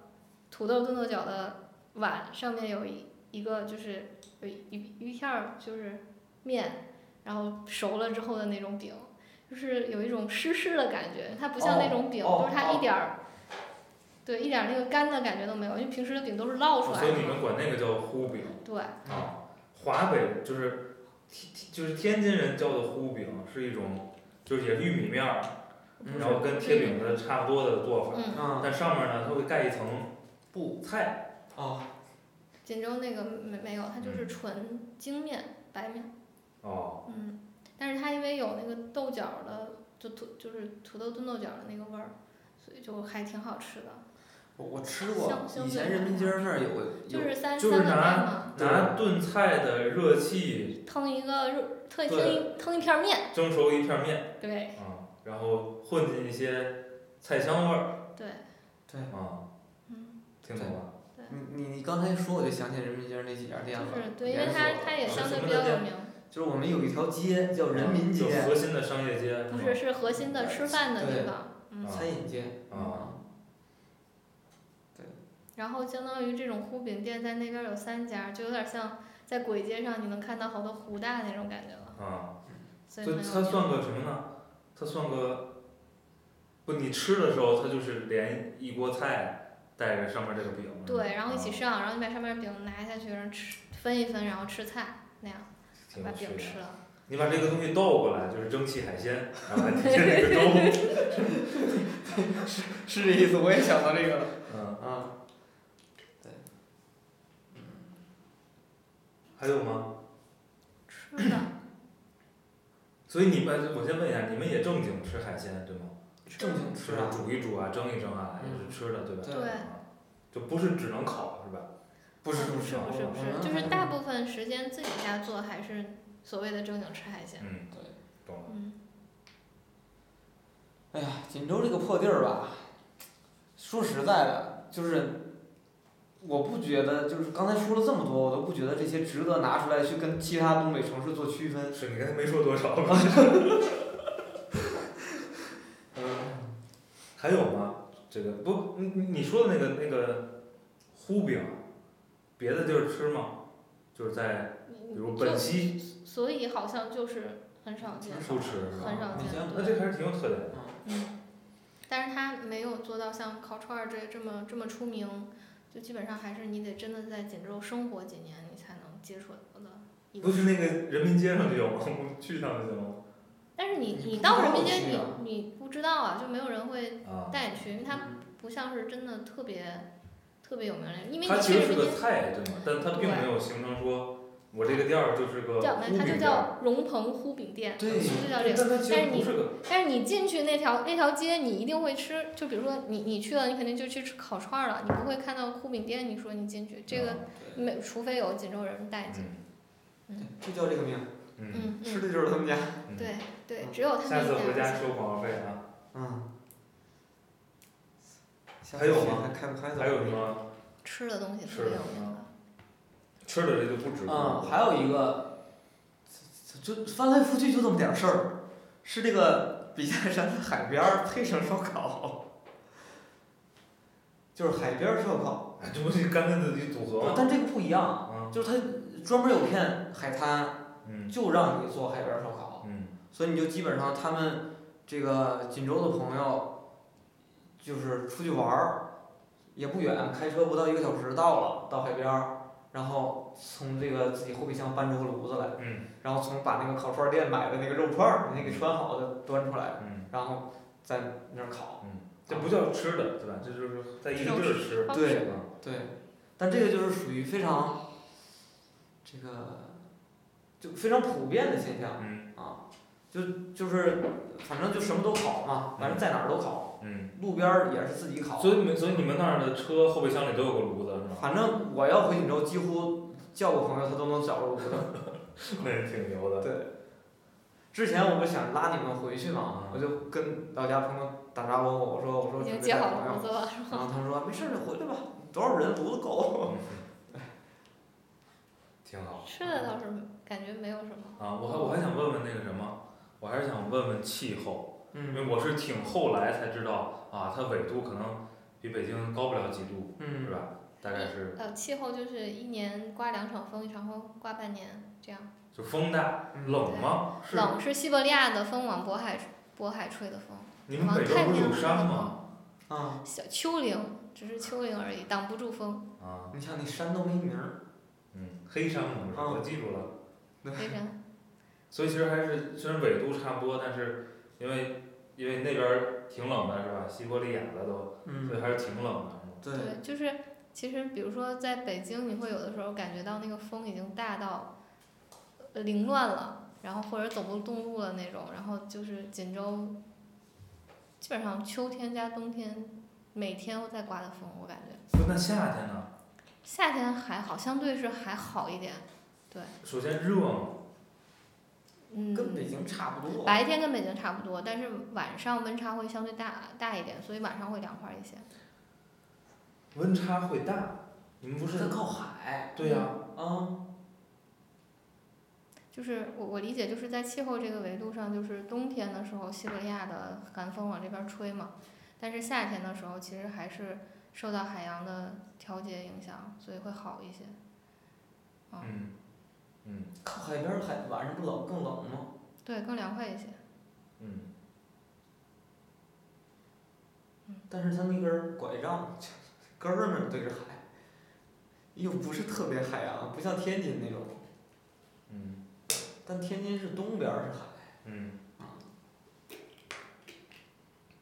Speaker 5: 土豆炖豆角的碗，上面有一一个就是有一一一片儿就是面，然后熟了之后的那种饼，就是有一种湿湿的感觉，它不像那种饼，
Speaker 3: 哦
Speaker 5: 就是它
Speaker 3: 哦
Speaker 5: 一点儿。对，一点儿那个干的感觉都没有，因为平时的饼都啊是烙出来
Speaker 4: 哦所以
Speaker 5: 的
Speaker 4: 你们
Speaker 5: 嘛。
Speaker 4: 管那个叫糊饼
Speaker 5: 对，
Speaker 4: 啊。华北就是天就是天津人叫的糊饼，是一种就是也是玉米面儿，
Speaker 3: 嗯
Speaker 4: 然后跟贴饼子差不多的做法，
Speaker 5: 嗯，
Speaker 3: 啊
Speaker 4: 但上面呢它会盖一层
Speaker 3: 布
Speaker 4: 菜，
Speaker 3: 啊，
Speaker 5: 锦州那个没没有，它
Speaker 4: 嗯
Speaker 5: 就是纯精面白面。
Speaker 4: 哦，
Speaker 5: 嗯，但是它因为有那个豆角儿的，就土就是土豆炖豆角儿的那个味儿，所以就还挺好吃的。
Speaker 3: 我我吃过
Speaker 5: 香，香
Speaker 3: 以前
Speaker 5: 对
Speaker 3: 人民街儿那儿有有，
Speaker 5: 就是三
Speaker 4: 就
Speaker 5: 三
Speaker 4: 是
Speaker 5: 个面
Speaker 4: 拿
Speaker 5: 嘛，
Speaker 4: 拿炖菜的热气
Speaker 5: 腾一个肉，腾腾
Speaker 4: 对
Speaker 5: 一腾一片儿面，
Speaker 4: 蒸熟一片面
Speaker 5: 对
Speaker 4: 啊，然后混进一些菜香味儿
Speaker 5: 对，
Speaker 4: 啊，
Speaker 5: 嗯，
Speaker 4: 听懂了？
Speaker 3: 你你你刚才说我就想起人民街儿那几家
Speaker 5: 就
Speaker 3: 店了，
Speaker 5: 是对，因为
Speaker 3: 连锁
Speaker 5: 它它也
Speaker 4: 啊
Speaker 5: 相
Speaker 4: 什
Speaker 5: 对
Speaker 4: 么
Speaker 5: 比
Speaker 4: 的
Speaker 5: 较有
Speaker 4: 店
Speaker 5: 名，
Speaker 3: 就是我们有一条街叫人民
Speaker 4: 啊就
Speaker 3: 街，
Speaker 4: 核心的商业街，
Speaker 5: 不是是核心的吃饭的
Speaker 3: 对
Speaker 5: 地方，嗯。
Speaker 4: 啊
Speaker 3: 餐饮街
Speaker 4: 啊，
Speaker 5: 然后相当于这种糊饼店在那边儿有三家，就有点像在簋街上你能看到好多胡大那种感觉了，
Speaker 4: 啊，
Speaker 5: 所以
Speaker 4: 所以
Speaker 5: 很
Speaker 4: 它
Speaker 5: 有名。
Speaker 4: 算个什么呢？它算个不，你吃的时候它就是连一锅菜带着上面这个饼。是吧
Speaker 5: 对，然后一起。上，然后你把上面饼拿下去，然后吃分一分，然后吃菜那样，
Speaker 4: 挺
Speaker 5: 把
Speaker 4: 有趣
Speaker 5: 饼
Speaker 4: 的。
Speaker 5: 吃了。
Speaker 4: 你把这个东西倒过来，就是蒸汽海鲜，然后还底下那个
Speaker 5: *laughs*
Speaker 4: 粥。
Speaker 3: 嗯是这意思，我也想到这个了。
Speaker 4: 嗯，
Speaker 3: 啊，
Speaker 4: 还有吗？
Speaker 5: 吃的
Speaker 4: 所以你们，我先问一下，你们也正经吃海鲜对吗？
Speaker 5: 吃
Speaker 3: 正
Speaker 5: 的
Speaker 3: 经
Speaker 4: 就
Speaker 3: 吃
Speaker 4: 是
Speaker 3: 啊，
Speaker 4: 煮一煮啊，蒸一蒸啊，也是吃的对吧？啊
Speaker 3: 对
Speaker 5: 嗯对
Speaker 4: 就不是只能烤是吧？
Speaker 3: 不是
Speaker 5: 不
Speaker 3: 不是嗯
Speaker 5: 是不是不
Speaker 3: 我们
Speaker 5: 是，就是大部分时间自己家做还是所谓的正经吃海鲜。
Speaker 4: 嗯，
Speaker 3: 对，
Speaker 4: 懂了。
Speaker 5: 嗯，
Speaker 3: 哎呀，锦州这个破地儿吧，说实在的，就是我不觉得，就是刚才说了这么多，我都不觉得这些值得拿出来去跟其他东北城市做区分。
Speaker 4: 是你刚才没说多少， *laughs*
Speaker 3: 嗯，
Speaker 4: 还有吗？这个不，你你你说的那个那个糊饼，别的地儿吃吗？就是在比如本
Speaker 5: 就
Speaker 4: 溪
Speaker 5: 所以好像就是很少见，
Speaker 4: 不吃是吧？
Speaker 5: 很少见
Speaker 3: 你像。
Speaker 4: 那这还是挺有特点的。
Speaker 5: 嗯，但是它没有做到像烤串儿这这么这么出名，就基本上还是你得真的在锦州生活几年，你才能接触到的一
Speaker 4: 不
Speaker 5: 个。
Speaker 4: 是那个人民街上就有吗？我们去一趟就行了。
Speaker 5: 但是你
Speaker 3: 你
Speaker 5: 你
Speaker 3: 不
Speaker 5: 到
Speaker 3: 知
Speaker 5: 人
Speaker 3: 道
Speaker 5: 民街，
Speaker 3: 去
Speaker 5: 你
Speaker 3: 啊
Speaker 5: 你不知道啊，就没有人会
Speaker 4: 啊，
Speaker 5: 带你去，因为它不像是真的特别特别有名的，因为
Speaker 4: 它
Speaker 5: 你
Speaker 4: 其
Speaker 5: 去
Speaker 4: 实
Speaker 5: 人
Speaker 4: 是个
Speaker 5: 民街。
Speaker 4: 菜，对吗？但它并没有形成说，我这个店儿就是个
Speaker 5: 叫
Speaker 4: 糊
Speaker 5: 它
Speaker 4: 饼
Speaker 5: 就
Speaker 4: 店儿。
Speaker 5: 叫荣鹏糊饼店，
Speaker 3: 对
Speaker 5: 就叫这
Speaker 4: 但
Speaker 5: 个。
Speaker 4: 它其实
Speaker 5: 但是
Speaker 4: 不
Speaker 5: 你
Speaker 4: 是个，
Speaker 5: 但是你进去那条那条街，你一定会吃，就比如说你你去了，你肯定就去吃烤串儿了，你不会看到糊饼店，你说你进去这个哎
Speaker 4: 啊
Speaker 5: 没，除非有锦州人带进。
Speaker 4: 嗯
Speaker 3: 就叫这个名儿，
Speaker 4: 嗯，
Speaker 5: 嗯
Speaker 3: 吃
Speaker 5: 嗯，
Speaker 3: 的就是他们家。
Speaker 4: 嗯
Speaker 5: 对对，
Speaker 3: 嗯
Speaker 5: 只有他
Speaker 4: 下
Speaker 5: 们
Speaker 4: 次回
Speaker 5: 一
Speaker 4: 家
Speaker 5: 家。
Speaker 4: 收广告费啊。
Speaker 3: 嗯。下
Speaker 4: 还有
Speaker 3: 次去
Speaker 4: 吗
Speaker 3: 还开不
Speaker 5: 嗯
Speaker 3: 开的？
Speaker 4: 还有什么
Speaker 5: 吃的东西特别有名的，
Speaker 4: 吃的这就不止
Speaker 3: 嗯，还有一个，这这这翻来覆去就这么点儿事儿，是这个笔架山的海边儿配上烧烤，就是海边儿烧烤，
Speaker 4: 哎，这不是干脆自己组合吗？
Speaker 3: 但这个不一样，
Speaker 4: 啊，
Speaker 3: 就是它专门有片海滩，
Speaker 4: 嗯
Speaker 3: 就让你做海边儿烧烤，
Speaker 4: 嗯，
Speaker 3: 所以你就基本上他们这个锦州的朋友，就是出去玩儿，也不远，开车不到一个小时到了，到海边儿，然后从这个自己后备箱搬出个炉子来。
Speaker 4: 嗯
Speaker 3: 然后从把那个烤串店买的那个肉串儿，那个穿好的端出来，
Speaker 4: 嗯
Speaker 3: 然后在那儿烤。
Speaker 4: 嗯，这不叫吃的对吧？这就是在一个地儿吃。
Speaker 5: 方
Speaker 3: 对
Speaker 5: 式
Speaker 4: 啊
Speaker 3: 对，但这个就是属于非常，这个就非常普遍的现象
Speaker 4: 嗯
Speaker 3: 啊，就就是反正就什么都烤嘛，反正在哪儿都烤，
Speaker 4: 嗯，
Speaker 3: 路边儿也是自己烤
Speaker 4: 所。以你们所以你们那儿的车后备箱里都有个炉子是吗？
Speaker 3: 反正我要回锦州，几乎叫个朋友他都能找着我的。
Speaker 4: *laughs* 那也挺牛的。
Speaker 3: 对，之前我不想拉你们回去嘛，我就跟老家朋友打招呼，我说我说准
Speaker 5: 已经
Speaker 3: 备
Speaker 5: 接
Speaker 3: 带
Speaker 5: 好
Speaker 3: 朋友
Speaker 5: 炉子了。
Speaker 3: 然后他说没事儿，你回来吧，多少人炉子够。
Speaker 4: 嗯 *laughs* 挺好
Speaker 5: 吃的倒是感觉没有什么，
Speaker 4: 啊！我还我还想问问那个什么，我还是想问问气候，因
Speaker 3: 嗯
Speaker 4: 为我是挺后来才知道啊，它纬度可能比北京高不了几度，是
Speaker 3: 嗯，
Speaker 4: 吧？大概是
Speaker 5: 呃，气候就是一年刮两场风，一场风刮半年这样。
Speaker 4: 就风大
Speaker 3: 嗯
Speaker 4: 冷吗？是
Speaker 5: 冷是西伯利亚的风往渤海渤海吹的风，
Speaker 4: 你们
Speaker 5: 往
Speaker 4: 北
Speaker 5: 太
Speaker 4: 边不
Speaker 5: 平
Speaker 4: 是有
Speaker 5: 洋吹的
Speaker 4: 山吗？
Speaker 5: 风，
Speaker 3: 啊，
Speaker 5: 小丘陵只是丘陵而已，挡不住风。
Speaker 4: 啊，
Speaker 3: 你像那山都没名儿，
Speaker 4: 嗯，黑山嘛不是，
Speaker 3: 嗯
Speaker 4: 我记住了。
Speaker 5: 非常
Speaker 4: 所以其实还是虽然纬度差不多，但是因为因为那边儿挺冷的是吧？西伯利亚的都，所以
Speaker 3: 嗯，
Speaker 4: 还是挺冷的。
Speaker 3: 对，
Speaker 5: 对，就是其实比如说在北京，你会有的时候感觉到那个风已经大到呃凌乱了，然后或者走不动路了那种。然后就是锦州，基本上秋天加冬天每天都在刮的风，我感觉
Speaker 4: 不，那夏天呢？
Speaker 5: 夏天还好，相对是还好一点。
Speaker 4: 首先热嘛，
Speaker 3: 跟
Speaker 5: 嗯，
Speaker 3: 北京差不多。
Speaker 5: 白天跟北京差不多，但是晚上温差会相对大大一点，所以晚上会凉快一些。
Speaker 4: 温差会大。你们不是
Speaker 3: 它？靠海
Speaker 4: 对呀、
Speaker 3: 啊，
Speaker 5: 就是我我理解，就是在气候这个维度上，就是冬天的时候，西伯利亚的寒风往这边吹嘛，但是夏天的时候，其实还是受到海洋的调节影响，所以会好一些。
Speaker 4: 嗯，嗯
Speaker 3: 靠海边儿海晚上不冷更冷吗？
Speaker 5: 对，更凉快一些。
Speaker 4: 嗯，
Speaker 3: 但是他那根儿拐杖根儿那儿对着海，又不是特别海洋，不像天津那种，
Speaker 4: 嗯
Speaker 3: 但天津是东边儿是海，
Speaker 4: 嗯。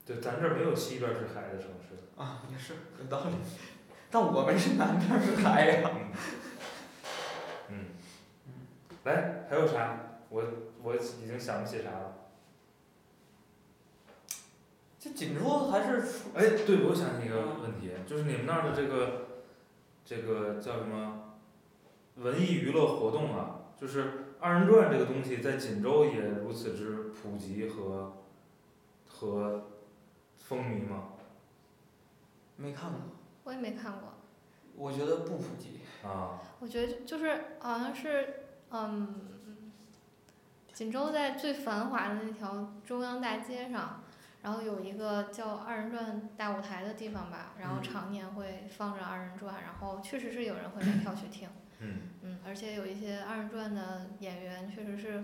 Speaker 4: 对，咱这儿没有西边儿是海的城市。
Speaker 3: 啊，也是有道理。但我们是南边儿是海呀。
Speaker 4: 嗯，来，还有啥？我我已经想不起啥了。
Speaker 3: 这锦州还是出
Speaker 4: 哎，对，我想起一个问题，就是你们那儿的这个这个叫什么文艺娱乐活动啊，就是二人转这个东西在锦州也如此之普及和和风靡吗？
Speaker 3: 没看过，
Speaker 5: 我也没看过。
Speaker 3: 我觉得不普及。
Speaker 4: 啊，
Speaker 5: 我觉得就是好像是，嗯，锦州在最繁华的那条中央大街上，然后有一个叫二人转大舞台的地方吧，然后
Speaker 3: 嗯
Speaker 5: 常年会放着二人转，然后确实是有人会买票去听，
Speaker 4: 嗯
Speaker 5: 嗯，而且有一些二人转的演员确实是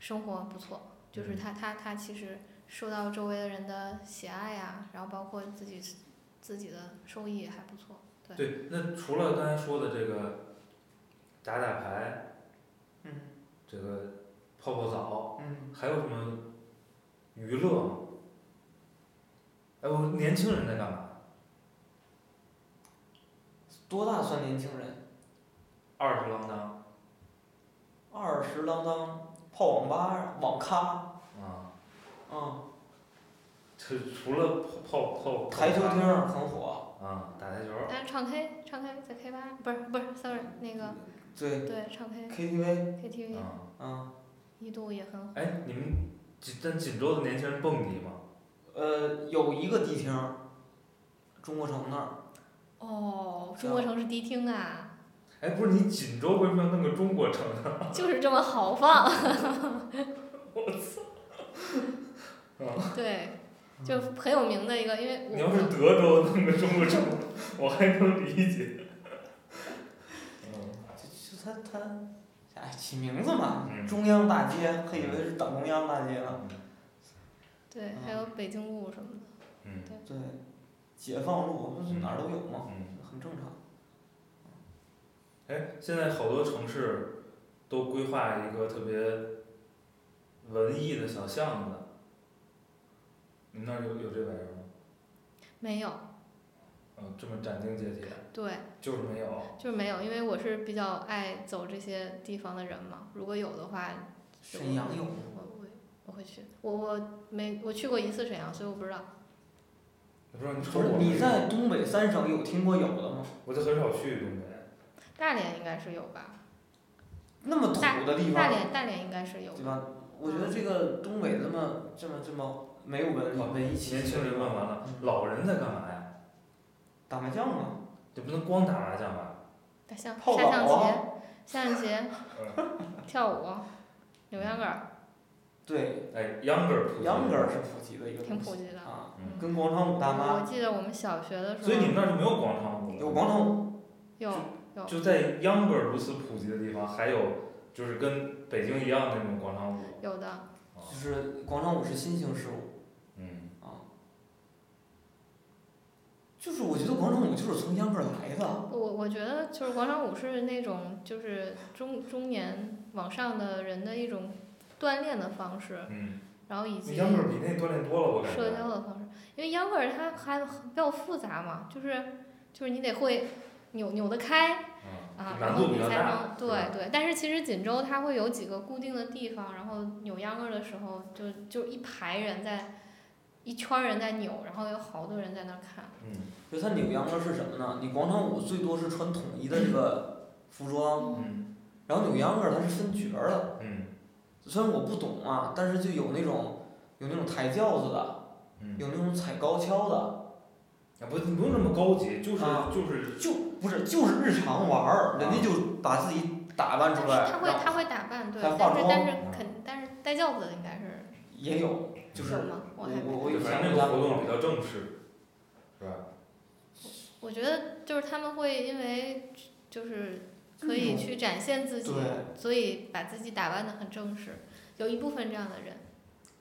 Speaker 5: 生活不错，就是
Speaker 4: 嗯
Speaker 5: 他他他其实受到周围的人的喜爱呀、然后包括自己自己的收益也还不
Speaker 4: 哦
Speaker 5: 错，
Speaker 4: 对，那除了刚才说的这个打打牌，
Speaker 3: 嗯
Speaker 4: 这个泡泡澡，
Speaker 3: 嗯，
Speaker 4: 还有什么娱乐吗？哎，我年轻人在干嘛？
Speaker 3: 多大算年轻人？
Speaker 4: 二十郎当
Speaker 3: 二十郎当，泡网吧、网咖，
Speaker 4: 啊，
Speaker 3: 嗯，
Speaker 4: 这除了泡泡泡
Speaker 3: 台球厅
Speaker 4: 厅
Speaker 3: 儿很火。
Speaker 4: 啊，打台球，
Speaker 5: 但是唱 K 唱 K 在 K 吧不是不是 sorry 那个
Speaker 3: 对
Speaker 5: 对唱 K
Speaker 3: ，KTV，
Speaker 5: KTV
Speaker 4: 啊，
Speaker 3: 嗯，
Speaker 5: 一度也很火，
Speaker 4: 哎，你们锦咱锦州的年轻人蹦迪吗？
Speaker 3: 呃，有一个迪厅儿，中国城那儿，
Speaker 5: 哦，中国城市迪厅啊，
Speaker 4: 哎，不是你锦州为什么要弄个中国城 *laughs* 呢？
Speaker 5: 就是这么
Speaker 4: *laughs*
Speaker 5: 豪放，
Speaker 4: 啊，
Speaker 5: 对，就很有名的一个，因为
Speaker 4: 你要是
Speaker 5: 我
Speaker 4: 德州弄个中国城， *laughs* 我还能理解。嗯，
Speaker 3: 就就他他，哎，起名字嘛，
Speaker 4: 嗯
Speaker 3: 中央大街，还以为是党中央大街呢。
Speaker 5: 对
Speaker 3: 嗯，
Speaker 4: 啊
Speaker 5: 还有北京路什么的，
Speaker 4: 嗯
Speaker 3: 对，解放路那是哪儿都有嘛，
Speaker 4: 嗯，
Speaker 3: 很正常。
Speaker 4: 哎，现在好多城市都规划一个特别文艺的小巷子，你们那儿有有这玩意儿吗？
Speaker 5: 没有，
Speaker 4: 嗯，这么斩钉截铁，
Speaker 5: 对，
Speaker 4: 就是没有。
Speaker 5: 就是没有，因为我是比较爱走这些地方的人嘛，如果有的话，是
Speaker 3: 沈阳
Speaker 5: 我
Speaker 3: 有吗
Speaker 5: 我我我会去，我我没我去过一次沈阳，所以我不知道，
Speaker 4: 我不知道
Speaker 3: 不
Speaker 4: 你说
Speaker 3: 是
Speaker 4: 我，
Speaker 3: 你在东北三省有听过有的吗？
Speaker 4: 我就很少去东北。
Speaker 5: 大连应该是有吧，
Speaker 3: 那么土的地
Speaker 5: 大
Speaker 3: 方，
Speaker 5: 连大连应该是有，
Speaker 3: 对吧？我觉得这个东北这么这么这么没有文
Speaker 4: 好
Speaker 3: 文艺气息。
Speaker 4: 哦年轻人问完了，老人在干嘛呀？
Speaker 3: 打麻将嘛，
Speaker 4: 这不能光打麻将吧？
Speaker 5: 大象
Speaker 3: 泡
Speaker 5: 下象
Speaker 3: 澡啊
Speaker 5: 棋，下象棋，跳舞，扭秧歌儿
Speaker 3: 对
Speaker 4: 哎，younger 普及。
Speaker 3: ，younger 是普及的一个
Speaker 5: 挺
Speaker 3: 东
Speaker 5: 普
Speaker 3: 西
Speaker 5: 及的。
Speaker 3: 啊，
Speaker 4: 嗯
Speaker 3: 跟广场舞大妈
Speaker 5: 我记得我们小学的时候，
Speaker 4: 所以你们那儿就没有广场
Speaker 5: 嗯
Speaker 4: 舞？
Speaker 3: 有广场舞，
Speaker 5: 有有
Speaker 4: 就在 younger 如此普及的地方，还有就是跟北京一样的那种广场舞。
Speaker 5: 有的，
Speaker 4: 啊
Speaker 3: 就是广场舞是新兴事物，
Speaker 4: 嗯，
Speaker 3: 就是我觉得广场舞就是从 younger 来的，
Speaker 5: 我我觉得就是广场舞是那种就是中中年往上的人的一种锻炼的方式，
Speaker 4: 嗯，
Speaker 5: 然后以
Speaker 4: 那
Speaker 5: 及
Speaker 4: younger 比那锻炼多了，我感
Speaker 5: 社
Speaker 4: 觉。
Speaker 5: 交的方式，因为秧歌儿它还比较复杂嘛，就是就是你得会扭扭得开，
Speaker 4: 嗯，
Speaker 5: 啊，
Speaker 4: 就
Speaker 5: 然
Speaker 4: 难
Speaker 5: 后
Speaker 4: 度
Speaker 5: 你
Speaker 4: 比较
Speaker 5: 才
Speaker 4: 大
Speaker 5: 能。
Speaker 4: 是吧
Speaker 5: 对对，但是其实锦州它会有几个固定的地方，然后扭秧歌儿的时候就就一排人在，一圈儿人在扭，然后有好多人在那儿看。
Speaker 4: 嗯
Speaker 3: 就它扭 younger 是什么呢？你广场舞最多是穿统一的这个服装，
Speaker 4: 嗯
Speaker 3: 然后扭 younger 它是分角儿的。
Speaker 4: 嗯
Speaker 3: 虽然我不懂啊，但是就有那种有那种抬轿子的，
Speaker 4: 嗯，
Speaker 3: 有那种踩高跷的，
Speaker 4: 啊不，你不用那么高级，就是
Speaker 3: 啊
Speaker 4: 就是
Speaker 3: 就不是就是日常玩儿，人家就把自己打扮
Speaker 5: 但
Speaker 3: 出
Speaker 5: 是
Speaker 3: 来，
Speaker 5: 他会
Speaker 3: 然后
Speaker 5: 他会打扮，对，
Speaker 3: 还
Speaker 5: 但
Speaker 3: 化
Speaker 5: 是
Speaker 3: 妆
Speaker 5: 但是肯但是带轿子的应该是
Speaker 3: 也有，就是嗯
Speaker 5: 有吗？我
Speaker 3: 我
Speaker 5: 还
Speaker 3: 我我有
Speaker 4: 对
Speaker 3: 想
Speaker 4: 反
Speaker 3: 过
Speaker 4: 正那个
Speaker 3: 他
Speaker 4: 活动比
Speaker 3: 们，
Speaker 4: 较正式，是吧？
Speaker 5: 我觉得就是他们会因为就是可以去展现自己
Speaker 3: 对，
Speaker 5: 所以把自己打扮的很正式，有一部分这样的人。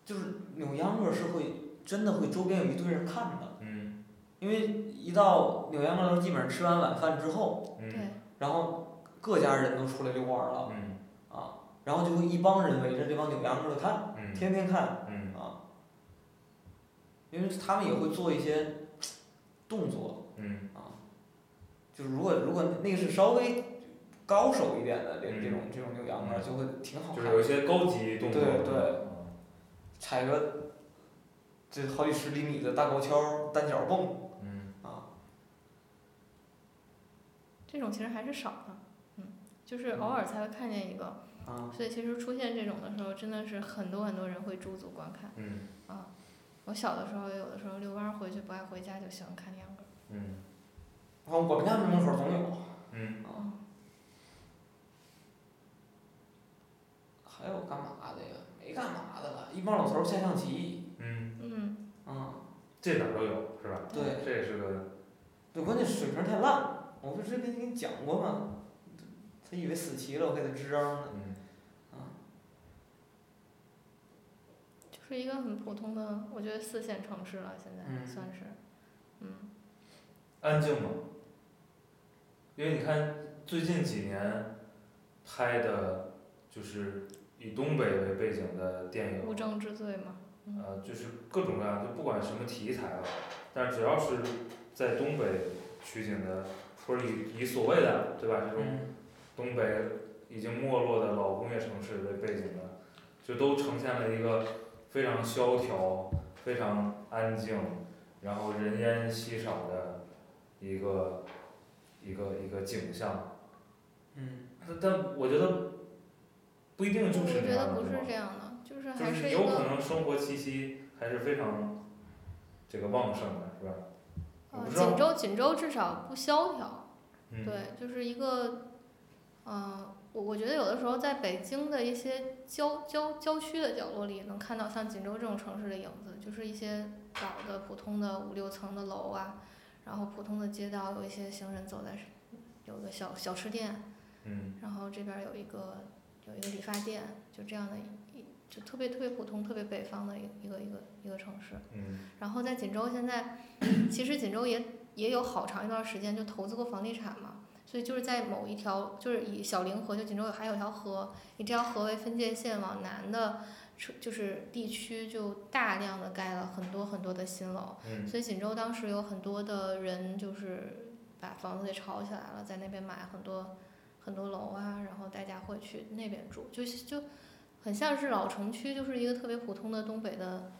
Speaker 3: 就是扭秧歌是会真的会周边有一堆人看的，
Speaker 4: 嗯
Speaker 3: 因为一到扭秧歌头，基本上吃完晚饭之后，
Speaker 4: 嗯
Speaker 5: 对
Speaker 3: 然后各家人都出来遛弯儿了
Speaker 4: 嗯
Speaker 3: 啊，然后就会一帮人围着这帮扭秧歌的看，
Speaker 4: 嗯
Speaker 3: 天天看
Speaker 4: 嗯
Speaker 3: 啊，因为他们也会做一些动作，
Speaker 4: 嗯
Speaker 3: 就是如果如果那个是稍微高手一点的这这种
Speaker 4: 嗯
Speaker 3: 这种扭秧歌儿，就会挺好
Speaker 4: 就
Speaker 3: 看
Speaker 4: 是
Speaker 3: 的。
Speaker 4: 有一些高级动作。
Speaker 3: 对对踩个这好几十厘米的大高跷单脚蹦
Speaker 4: 嗯
Speaker 3: 啊，
Speaker 5: 这种其实还是少的，嗯，就是偶尔才会看见一个，
Speaker 3: 啊，
Speaker 4: 嗯
Speaker 5: 所以其实出现这种的时候，真的是很多很多人会驻足观看。
Speaker 4: 嗯
Speaker 5: 我小的时候，有的时候遛弯儿回去不爱回家，就喜欢看秧歌儿。
Speaker 4: 嗯
Speaker 3: 然后我们家门口总有，
Speaker 4: 嗯
Speaker 3: 还有干嘛的呀？没干嘛的了，一帮老头儿下象棋，
Speaker 4: 嗯，
Speaker 5: 嗯，
Speaker 3: 啊，
Speaker 4: 这哪儿都有是吧？
Speaker 3: 对
Speaker 4: 这也是个
Speaker 3: 对，关键水平太烂，我不是跟你讲过吗？他以为死棋了，我给他支招呢，
Speaker 4: 嗯
Speaker 5: 就是一个很普通的，我觉得四线城市了，现在
Speaker 3: 嗯
Speaker 5: 算是，嗯，
Speaker 4: 安静嘛。因为你看最近几年拍的，就是以东北为背景的电影
Speaker 5: 无，证之罪嘛，
Speaker 4: 呃，就是各种各样，就不管什么题材吧，但只要是在东北取景的，或者以以所谓的对吧这种
Speaker 3: 嗯，
Speaker 4: 东北已经没落的老工业城市为背景的，就都呈现了一个非常萧条、非常安静，然后人烟稀少的一个一个一个景象。
Speaker 3: 嗯，
Speaker 4: 但但我觉得不一定就
Speaker 5: 我
Speaker 4: 是
Speaker 5: 觉
Speaker 4: 那样的
Speaker 5: 得不是
Speaker 4: 地
Speaker 5: 这样的，就是
Speaker 4: 方，
Speaker 5: 还
Speaker 4: 就是是
Speaker 5: 一
Speaker 4: 有可
Speaker 5: 个，
Speaker 4: 能生活气息还是非常这个旺盛的，是吧？我
Speaker 5: 呃，
Speaker 4: 不知道啊
Speaker 5: 锦州锦州至少不萧条，
Speaker 4: 嗯，
Speaker 5: 对，就是一个，呃，我我觉得有的时候在北京的一些郊郊郊区的角落里，能看到像锦州这种城市的影子，就是一些老的普通的五六层的楼啊，然后普通的街道，有一些行人走在，有个小小吃店，
Speaker 4: 嗯
Speaker 5: 然后这边儿有一个有一个理发店，就这样的一一就特别特别普通、特别北方的一一个一个一个城市。
Speaker 4: 嗯
Speaker 5: 然后在锦州现在，其实锦州也也有好长一段时间就投资过房地产嘛，所以就是在某一条，就是以小凌河，就锦州有还有条河，以这条河为分界线往南的出，就是地区就大量的盖了很多很多的新楼，
Speaker 4: 嗯
Speaker 5: 所以锦州当时有很多的人就是把房子给炒起来了，在那边买很多很多楼啊，然后大家会去那边住，就是就很像是老城区，就是一个特别普通的东北的。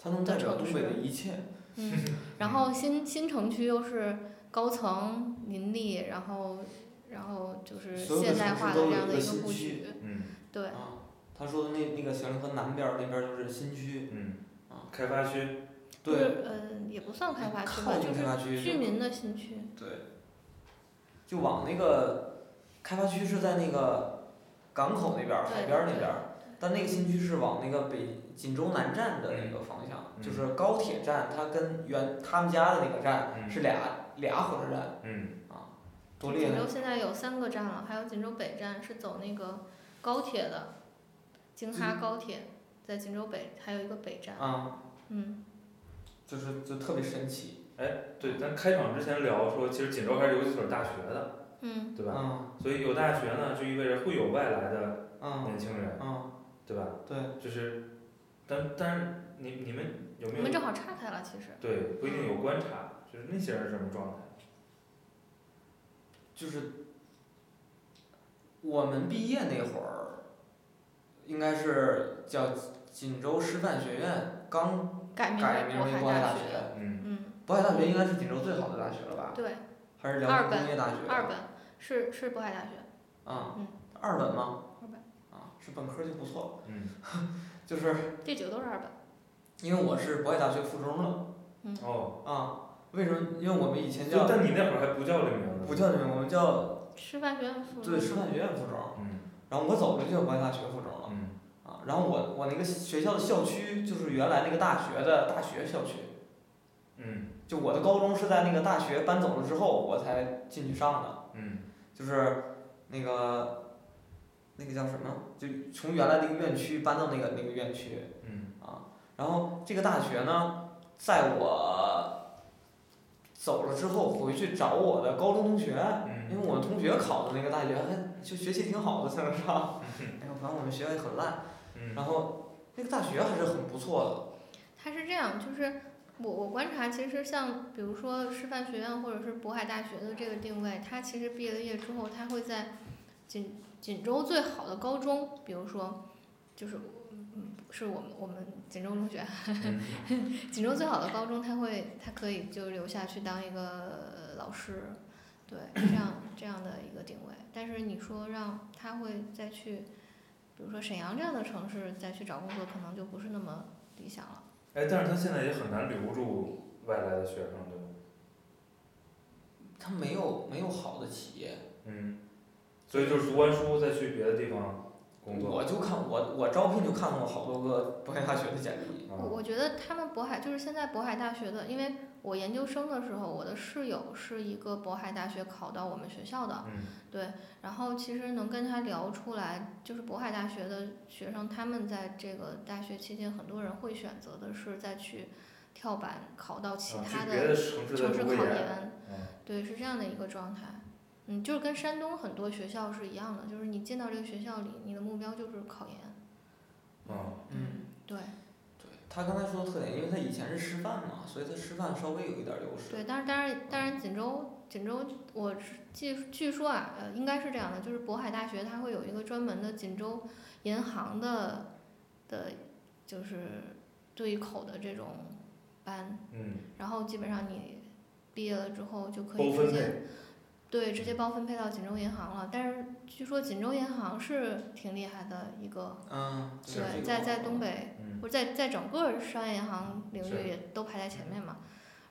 Speaker 3: 他能代表东北的一切，
Speaker 5: 嗯，然后新新城区又是高层林立，然后然后就是
Speaker 3: 所有的
Speaker 5: 现代
Speaker 3: 城市
Speaker 5: 化的
Speaker 3: 都
Speaker 5: 这
Speaker 3: 有
Speaker 5: 样
Speaker 3: 一
Speaker 5: 的
Speaker 3: 个
Speaker 5: 一个
Speaker 3: 新
Speaker 5: 布
Speaker 3: 区
Speaker 5: 局，
Speaker 4: 嗯
Speaker 5: 对，
Speaker 3: 啊，他说的那那个小凌河南边儿那边儿就是新区，
Speaker 4: 嗯
Speaker 3: 啊，
Speaker 4: 开发区，
Speaker 5: 就
Speaker 3: 对，
Speaker 5: 是嗯也不算开发区吧
Speaker 3: 靠，近
Speaker 5: 就
Speaker 3: 开
Speaker 5: 是
Speaker 3: 发区
Speaker 5: 居民的新区，
Speaker 3: 对，就往那个开发区是在那个港口那边儿、
Speaker 5: 对
Speaker 3: 海边儿那边儿，但那个新区是往那个北锦州南站的那个方向，
Speaker 4: 嗯
Speaker 3: 就是高铁站，它跟原他们家的那个站
Speaker 4: 嗯
Speaker 3: 是俩、俩火车站，啊
Speaker 4: 嗯
Speaker 3: 多啊厉
Speaker 5: 锦
Speaker 3: 害！
Speaker 5: 州现在有三个站了，还有锦州北站是走那个高铁的，京哈
Speaker 3: 嗯
Speaker 5: 高铁在锦州北还有一个北站，
Speaker 3: 啊、
Speaker 5: 嗯，
Speaker 3: 就是就特别神奇，
Speaker 4: 对，咱开场之前聊说，其实锦州还是有几所大学的，
Speaker 5: 嗯，
Speaker 4: 对吧？
Speaker 3: 嗯
Speaker 4: 所以有大学呢，就意味着会有外来的
Speaker 3: 嗯
Speaker 4: 年轻人，
Speaker 3: 嗯，
Speaker 4: 对吧？
Speaker 3: 对，
Speaker 4: 就是，但但是你你们有
Speaker 5: 我
Speaker 4: 没
Speaker 5: 们
Speaker 4: 有
Speaker 5: 正好岔开了，其实，
Speaker 4: 对不一定有观察，就是那些人是什么状态？
Speaker 3: 就是我们毕业那会儿，应该是叫锦州师范学院刚
Speaker 5: 改名
Speaker 3: 改
Speaker 5: 为
Speaker 3: 名
Speaker 5: 渤
Speaker 3: 为
Speaker 5: 海
Speaker 3: 渤海
Speaker 5: 大
Speaker 3: 大
Speaker 5: 学，
Speaker 3: 学。
Speaker 4: 嗯
Speaker 5: 嗯，
Speaker 3: 渤海大学应该是锦州最好的大学了吧？
Speaker 5: 对，
Speaker 3: 还是辽宁工业大学？
Speaker 5: 二本是是渤海大学，
Speaker 3: 啊
Speaker 5: 嗯，
Speaker 3: 二本吗？
Speaker 5: 二本
Speaker 3: 啊，是本科就不错了。
Speaker 4: 嗯，
Speaker 3: 就是
Speaker 5: 这几个都是二本。
Speaker 3: 因为我是渤海大学附中的
Speaker 4: 哦，
Speaker 3: 啊，为什么？因为我们以前
Speaker 4: 就
Speaker 3: 叫
Speaker 4: 但你那会儿还不叫这名字，
Speaker 3: 不，叫这个，我们叫
Speaker 5: 师范学院附中
Speaker 3: 对师范学院附中。
Speaker 4: 嗯
Speaker 3: 然后我走就叫渤海大学附中了
Speaker 4: 嗯
Speaker 3: 啊。然后我我那个学校的校区就是原来那个大学的大学校区，
Speaker 4: 嗯
Speaker 3: 就我的高中是在那个大学搬走了之后我才进去上的。
Speaker 4: 嗯
Speaker 3: 就是那个那个叫什么，就从原来那个院区搬到那个那个院区
Speaker 4: 嗯
Speaker 3: 啊。然后这个大学呢，在我走了之后回去找我的高中同学，
Speaker 4: 嗯
Speaker 3: 因为我同学考的那个大学还就学习挺好的在那上，然后哎反正我们学校也很烂，
Speaker 4: 嗯
Speaker 3: 然后那个大学还是很不错
Speaker 5: 它是这样，就是我我观察，其实像比如说师范学院或者是渤海大学的这个定位，它其实毕业了业之后，它会在锦锦州最好的高中，比如说就是嗯是我们我们锦州中学，
Speaker 4: 嗯
Speaker 5: *laughs* 锦州最好的高中，他会他可以就留下去当一个老师，对，这样这样的一个定位。但是你说让他会再去，比如说沈阳这样的城市再去找工作，可能就不是那么理想了。
Speaker 4: 哎，但是他现在也很难留住外来的学生，对吧？
Speaker 3: 的，他没有没有好的企业。
Speaker 4: 嗯，所以就是读完书再去别的地方工作。
Speaker 3: 我就看我我招聘就看过好多个渤海大学的简历，
Speaker 5: 我
Speaker 4: 啊，
Speaker 5: 我觉得他们渤海就是现在渤海大学的，因为我研究生的时候，我的室友是一个渤海大学考到我们学校的，
Speaker 4: 嗯
Speaker 5: 然后其实能跟他聊出来，就是渤海大学的学生，他们在这个大学期间，很多人会选择的是再去跳板考到其
Speaker 4: 啊
Speaker 5: 他
Speaker 4: 去别
Speaker 5: 的
Speaker 4: 的城市
Speaker 5: 城
Speaker 4: 再
Speaker 5: 市
Speaker 4: 读个
Speaker 5: 考
Speaker 4: 研。
Speaker 5: 研，
Speaker 4: 嗯
Speaker 5: 对，是这样的一个状态。嗯，就是跟山东很多学校是一样的，就是你进到这个学校里，你的目标就是考研。
Speaker 4: 嗯，
Speaker 3: 嗯，
Speaker 5: 对
Speaker 3: 对他刚才说的特点，因为他以前是师范嘛，所以他师范稍微有一点优势。
Speaker 5: 对，但是当然当然，锦州锦州，我是据据说啊，呃，应该是这样的，就是渤海大学它会有一个专门的锦州银行的的，就是对口的这种班，
Speaker 4: 嗯，
Speaker 5: 然后基本上你毕业了之后就可
Speaker 4: 包
Speaker 5: 以直
Speaker 4: 分
Speaker 5: 接
Speaker 4: 配。
Speaker 5: 对直接包分配到锦州银行了。但是据说锦州银行是挺厉害的一个，
Speaker 3: 嗯，
Speaker 4: 是
Speaker 5: 对，在在东
Speaker 3: 北，
Speaker 5: 北
Speaker 4: 嗯
Speaker 5: 不是在在整个商业银行领
Speaker 4: 是
Speaker 5: 域也都排在前面嘛。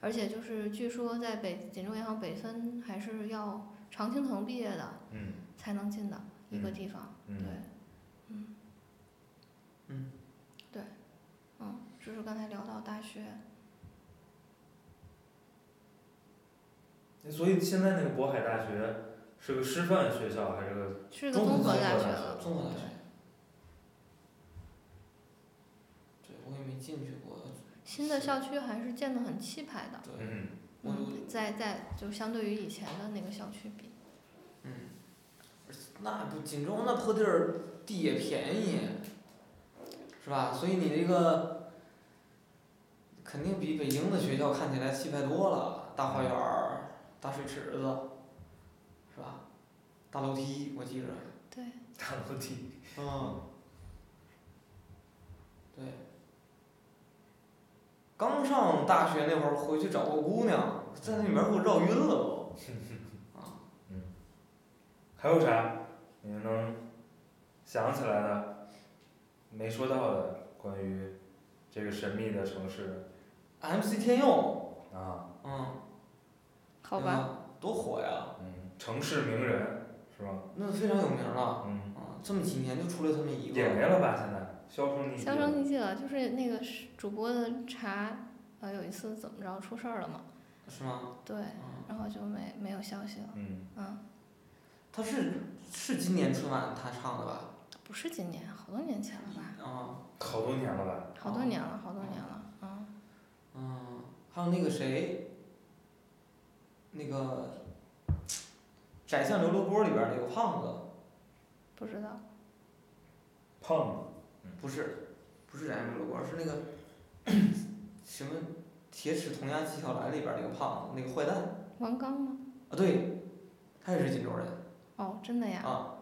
Speaker 5: 而且就是据说在北锦州银行北分还是要常青藤毕业的
Speaker 4: 嗯
Speaker 5: 才能进的一个
Speaker 4: 嗯
Speaker 5: 地方，对
Speaker 4: 嗯，，
Speaker 5: 嗯，
Speaker 3: 嗯，
Speaker 5: 对，嗯，这是刚才聊到大学，
Speaker 4: 那所以现在那个渤海大学是个师范学校还是个？
Speaker 5: 是个
Speaker 3: 综
Speaker 5: 综
Speaker 3: 合
Speaker 5: 合
Speaker 3: 大
Speaker 5: 大
Speaker 4: 学
Speaker 5: 学了，
Speaker 3: 呃综合大
Speaker 5: 对
Speaker 3: 学。对，我也没进去过。
Speaker 5: 新的
Speaker 3: 是
Speaker 5: 校区还是建得很气派的，
Speaker 3: 对，
Speaker 4: 嗯
Speaker 3: 我
Speaker 5: 嗯，在在就相对于以前的那个校区比，
Speaker 3: 嗯，而且那不锦州那破地儿地也便宜，是吧？所以你这个肯定比北京的学校看起来气派多了，大花园儿、大水池子，是吧？大楼梯，我记着。
Speaker 5: 对，
Speaker 4: 大楼梯。
Speaker 3: 嗯，对。刚上大学那会儿回去找个姑娘，在那里面给我绕晕了都。啊，
Speaker 4: 还有啥？你们能想起来的？没说到的关于这个神秘的城市
Speaker 3: MC 天佑，
Speaker 4: 啊，
Speaker 3: 嗯，
Speaker 5: 好吧，
Speaker 3: 嗯，多火呀！
Speaker 4: 嗯，城市名人是吧？
Speaker 3: 那非常有名了。
Speaker 4: 嗯，
Speaker 3: 啊，这么几年就出来这么一个。
Speaker 4: 也没了吧？现在销声匿迹
Speaker 5: 销
Speaker 4: 了。
Speaker 5: 声匿迹了，就是那个是主播的茶，呃，有一次怎么着出事儿了嘛，
Speaker 3: 是吗？
Speaker 5: 对。
Speaker 3: 嗯，
Speaker 5: 然后就没没有消息了。
Speaker 4: 嗯，
Speaker 5: 嗯，
Speaker 3: 他是是今年春晚他唱的吧？
Speaker 5: 不是今年，好多年前了
Speaker 3: 啊，
Speaker 5: 吧？
Speaker 4: 嗯好多年了吧？
Speaker 5: 好多年了，好多年了。嗯，
Speaker 3: 嗯，还有那个谁，那个《宰相刘罗锅》里边儿那个胖子。
Speaker 5: 不知道。
Speaker 4: 胖子。
Speaker 3: 不是，不是燃油罗锅，是那个什么《铁齿铜牙纪晓岚》里边儿那个胖子，那个坏蛋
Speaker 5: 王刚吗？
Speaker 3: 啊，对，他也是锦州人
Speaker 5: 哦，真的呀。
Speaker 3: 啊，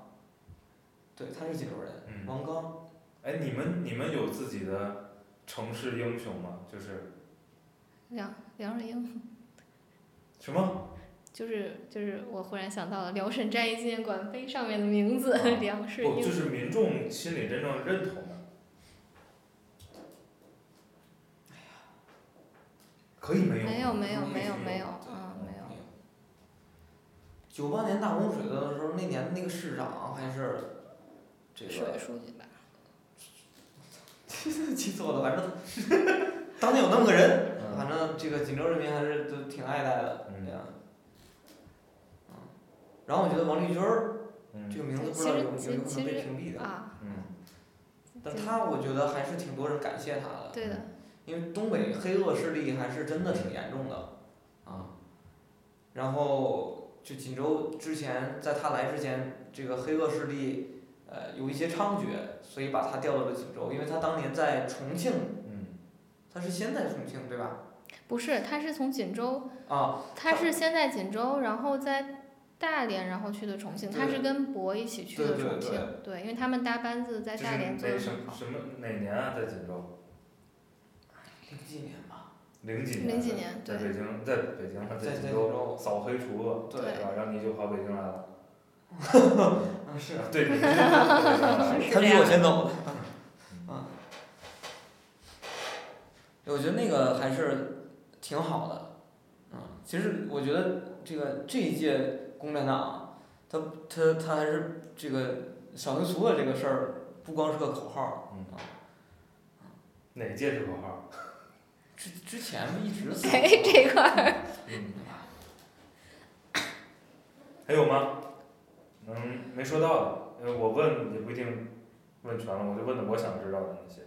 Speaker 3: 对，他是锦州人，
Speaker 4: 嗯。
Speaker 3: 王刚，
Speaker 4: 哎，你们你们有自己的城市英雄吗？就是
Speaker 5: 梁 *laughs* 梁瑞英，
Speaker 4: 什么？
Speaker 5: 就是就是，我忽然想到了辽沈战役纪念馆碑上面的名字，
Speaker 4: 啊
Speaker 5: 梁世
Speaker 4: 不，就
Speaker 5: 英。
Speaker 4: 是民众心里真正认同的。可以没有吗？
Speaker 5: 没有没有
Speaker 3: 嗯
Speaker 5: 没有没有，
Speaker 3: 对
Speaker 5: 嗯，没有。
Speaker 3: 九八年大洪水的时候，那年那个市长还是这
Speaker 5: 水
Speaker 3: 个，
Speaker 5: 书记吧，
Speaker 3: *laughs* 记错了，反正当年有那么个人，
Speaker 4: 嗯
Speaker 3: 反正这个锦州人民还是都挺爱戴的，
Speaker 4: 嗯
Speaker 3: 对啊。嗯然后我觉得王立军儿这
Speaker 4: 嗯
Speaker 3: 个名字不知道有有
Speaker 5: 其实
Speaker 3: 有可
Speaker 5: 其
Speaker 3: 能被
Speaker 5: 实
Speaker 3: 屏蔽的，
Speaker 5: 啊，
Speaker 4: 嗯
Speaker 3: 但他我觉得还是挺多人感谢他的，
Speaker 5: 对的，
Speaker 3: 因为东北黑恶势力还是真的挺严重的，啊，然后就锦州之前，在他来之前，这个黑恶势力呃有一些猖獗，所以把他调到了锦州，因为他当年在重庆，
Speaker 4: 嗯，
Speaker 3: 他是先在重庆对吧？
Speaker 5: 不是，他是从锦州，
Speaker 3: 啊，
Speaker 5: 他是先在锦州，然后在大连，然后去的重庆。他是跟博一起去的
Speaker 3: 对对
Speaker 5: 重庆，对，因为他们搭班子在
Speaker 4: 这是
Speaker 5: 大连做
Speaker 4: 哪
Speaker 5: 的
Speaker 4: 什
Speaker 5: 很
Speaker 4: 么
Speaker 5: 好。
Speaker 4: 什么哪年啊？在锦州，
Speaker 3: 零几年吧，
Speaker 4: 零几年，
Speaker 5: 零几年，
Speaker 4: 在
Speaker 5: 对，
Speaker 4: 北京，在北京，
Speaker 3: 在在
Speaker 4: 锦
Speaker 3: 锦
Speaker 4: 州
Speaker 3: 州，
Speaker 4: 扫黑除恶，
Speaker 3: 对
Speaker 5: 对
Speaker 4: 对吧？然后你就跑北京来了，
Speaker 3: 嗯是，
Speaker 4: 对，你就跑北京来了。
Speaker 5: 是
Speaker 3: 他
Speaker 5: 这
Speaker 3: 比
Speaker 5: 样
Speaker 3: 我
Speaker 5: 的
Speaker 3: 先 *laughs* 走的。嗯，哎我觉得那个还是挺好的。嗯，其实我觉得这个这一届共产党，他他他还是这个扫黑除恶这个事儿，不光是个口号儿。
Speaker 4: 嗯
Speaker 3: 啊，
Speaker 4: 哪届是口号？
Speaker 3: 之之前一直扫。
Speaker 5: 哎，这块儿
Speaker 4: 嗯，还有吗？嗯，没说到的，因为我问也不一定问全了，我就问的我想知道的那些。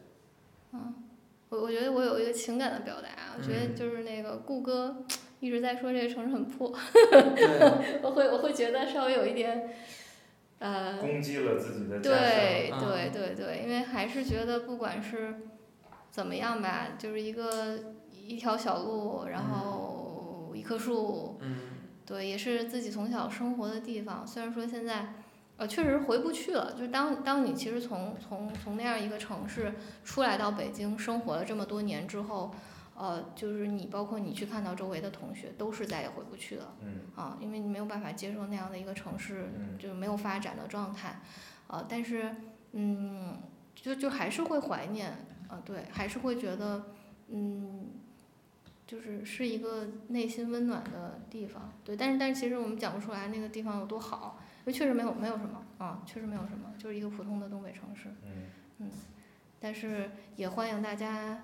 Speaker 5: 我我觉得我有一个情感的表达，啊我觉得
Speaker 3: 嗯
Speaker 5: 就是那个顾哥一直在说这个城市很破， *laughs*
Speaker 3: 对，
Speaker 5: 我会我会觉得稍微有一点，呃，
Speaker 4: 攻击了自己的家乡。
Speaker 5: 对
Speaker 3: 嗯
Speaker 5: 对对对，因为还是觉得不管是怎么样吧，就是一个一条小路，然后一棵树，
Speaker 3: 嗯，
Speaker 5: 对，也是自己从小生活的地方。虽然说现在，呃，确实回不去了。就是当当你其实从从从那样一个城市出来到北京生活了这么多年之后，呃，就是你包括你去看到周围的同学，都是再也回不去了
Speaker 4: 嗯
Speaker 5: 啊，因为你没有办法接受那样的一个城市
Speaker 4: 嗯
Speaker 5: 就是没有发展的状态，呃，但是嗯，就就还是会怀念，呃，对，还是会觉得嗯，就是是一个内心温暖的地方，对，但是但是其实我们讲不出来那个地方有多好，因为确实没有没有什么啊，确实没有什么，就是一个普通的东北城市，
Speaker 4: 嗯，
Speaker 5: 但是也欢迎大家，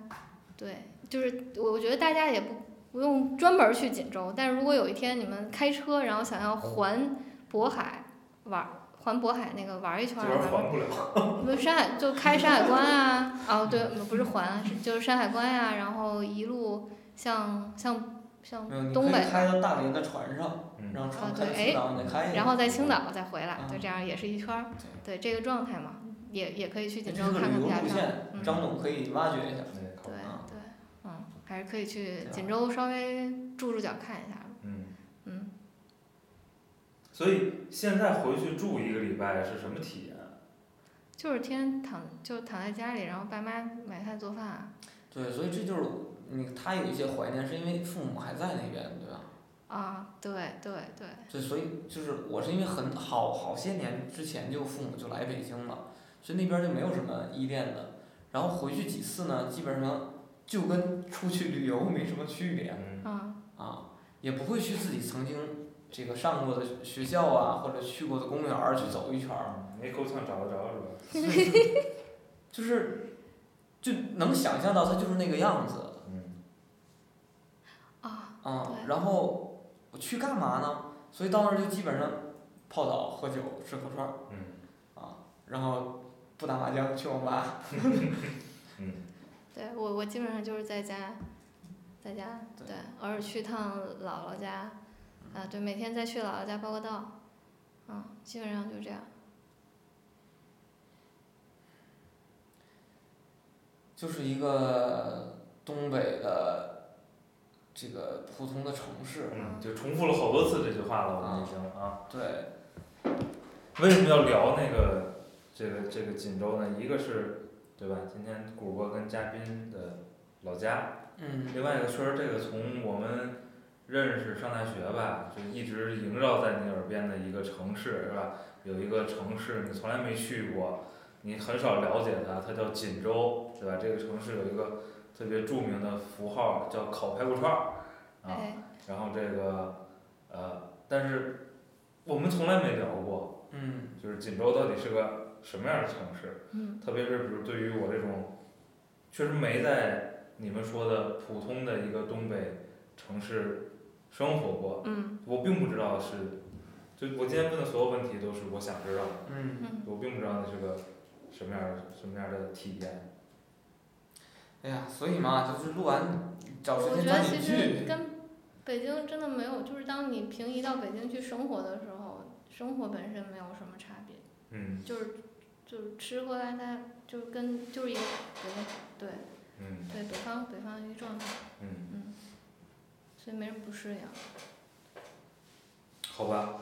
Speaker 5: 对，就是我我觉得大家也不不用专门去锦州，但是如果有一天你们开车，然后想要环渤海玩儿，环渤海那个玩儿一圈
Speaker 4: 这
Speaker 5: 儿，
Speaker 4: 边
Speaker 5: 玩
Speaker 4: 还
Speaker 5: 儿
Speaker 4: 不了。
Speaker 5: 不是山海，就开山海关啊，哦对，不是环啊，是就是山海关呀、然后一路向向向
Speaker 3: 没有，嗯你
Speaker 5: 东
Speaker 3: 可
Speaker 5: 北
Speaker 3: 以，开到大连的船上，
Speaker 4: 嗯
Speaker 3: 然后船
Speaker 5: 啊
Speaker 3: 开
Speaker 5: 对
Speaker 3: 到
Speaker 5: 哎
Speaker 3: 青岛，你再开一
Speaker 5: 然
Speaker 3: 下。
Speaker 5: 后在青岛再回来
Speaker 3: 啊，
Speaker 5: 就这样也是一圈儿。对这个状态嘛，也也可以去
Speaker 3: 这
Speaker 5: 锦
Speaker 3: 是
Speaker 5: 州
Speaker 3: 个
Speaker 5: 看
Speaker 3: 旅
Speaker 5: 看
Speaker 3: 游
Speaker 5: 家
Speaker 3: 路
Speaker 5: 乡。
Speaker 3: 线，
Speaker 5: 嗯
Speaker 3: 张总可以挖掘一下。
Speaker 4: 那口
Speaker 5: 对
Speaker 4: 儿
Speaker 3: 啊
Speaker 5: 对，嗯，还是可以去
Speaker 3: 对啊
Speaker 5: 锦州稍微住住脚看一下。
Speaker 4: 嗯。
Speaker 5: 嗯，
Speaker 4: 所以现在回去住一个礼拜是什么体验？
Speaker 5: 就是天天躺就躺在家里，然后爸妈买菜做饭啊。
Speaker 3: 对，所以这就是你他有一些怀念，是因为父母还在那边，对吧？
Speaker 5: 啊，对对对，
Speaker 3: 就所以就是我是因为很好好些年之前就父母就来北京了，所以那边就没有什么依恋的。然后回去几次呢，基本上就跟出去旅游没什么区别
Speaker 4: 嗯
Speaker 5: 啊，
Speaker 3: 啊，也不会去自己曾经这个上过的学校啊，或者去过的公园儿去走一圈儿。
Speaker 4: 嗯没够呛找得着是吧？
Speaker 3: 就是就能想象到他就是那个样子
Speaker 4: 嗯
Speaker 5: 啊，
Speaker 3: 啊、
Speaker 5: 对
Speaker 3: 然后我去干嘛呢？所以到那儿就基本上泡澡、喝酒、吃烤串儿
Speaker 4: 嗯
Speaker 3: 啊，然后不打麻将，去网吧。
Speaker 4: 嗯
Speaker 5: 对我我基本上就是在家，在家
Speaker 3: 对嗯
Speaker 5: 对，偶尔去趟姥姥家，啊对，每天再去姥姥家报个到，嗯，基本上就这样。
Speaker 3: 就是一个东北的这个普通的城市，
Speaker 4: 嗯，就重复了好多次这句话了，我们已经啊。
Speaker 3: 对，
Speaker 4: 为什么要聊那个这个这个锦州呢？一个是对吧？今天谷歌跟嘉宾的老家，
Speaker 3: 嗯，
Speaker 4: 另外一个确实这个从我们认识上大学吧，就一直萦绕在你耳边的一个城市是吧？有一个城市你从来没去过，你很少了解它，它叫锦州对吧？这个城市有一个特别著名的符号叫烤排骨串儿啊。
Speaker 5: 哎，
Speaker 4: 然后这个呃，但是我们从来没聊过，
Speaker 3: 嗯，
Speaker 4: 就是锦州到底是个什么样的城市，
Speaker 5: 嗯
Speaker 4: 特别是比如对于我这种确实没在你们说的普通的一个东北城市生活过，
Speaker 5: 嗯
Speaker 4: 我并不知道是，就我今天问的所有问题都是我想知道的，
Speaker 3: 嗯，
Speaker 5: 嗯，
Speaker 4: 我并不知道那是个什么样的什么样的体验，
Speaker 3: 哎呀，所以嘛，就是录完找时
Speaker 5: 我
Speaker 3: 间
Speaker 5: 觉
Speaker 3: 抓
Speaker 5: 得其
Speaker 3: 紧
Speaker 5: 实
Speaker 3: 去，
Speaker 5: 跟北京真的没有，就是当你平移到北京去生活的时候，生活本身没有什么差别，
Speaker 4: 嗯
Speaker 5: 就是就是吃喝拉撒，就是跟就是一个北京对
Speaker 4: 嗯
Speaker 5: 对北方北方一个状态，
Speaker 4: 嗯，
Speaker 5: 嗯，所以没人不适应，
Speaker 4: 好吧。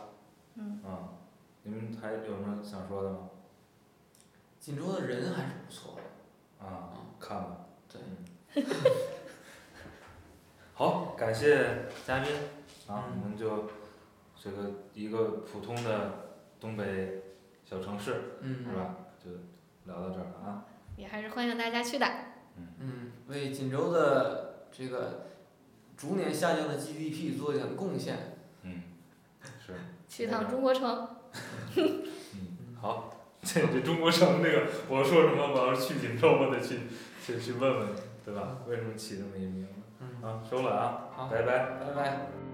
Speaker 5: 嗯。
Speaker 4: 啊，你们还有什么想说的吗？
Speaker 3: 锦州的人还是不错的，
Speaker 4: 啊
Speaker 3: 嗯，
Speaker 4: 看吧。
Speaker 3: 对，
Speaker 4: 好，感谢嘉宾啊，
Speaker 3: 嗯
Speaker 4: 我们就这个一个普通的东北小城市
Speaker 3: 嗯
Speaker 4: 是吧？就聊到这儿了啊。
Speaker 5: 也还是欢迎大家去的。
Speaker 3: 嗯，为锦州的这个逐年下降的 GDP 做一点贡献。
Speaker 4: 嗯，是。
Speaker 5: 去趟中国城，
Speaker 4: 嗯，好， *laughs* 这这中国城那个，我说什么我要是去锦州，我得去去去问问，对吧？为什么起这么一名字
Speaker 3: 嗯，
Speaker 4: 啊？收了啊，
Speaker 3: 好，
Speaker 4: 拜拜。
Speaker 3: 拜拜。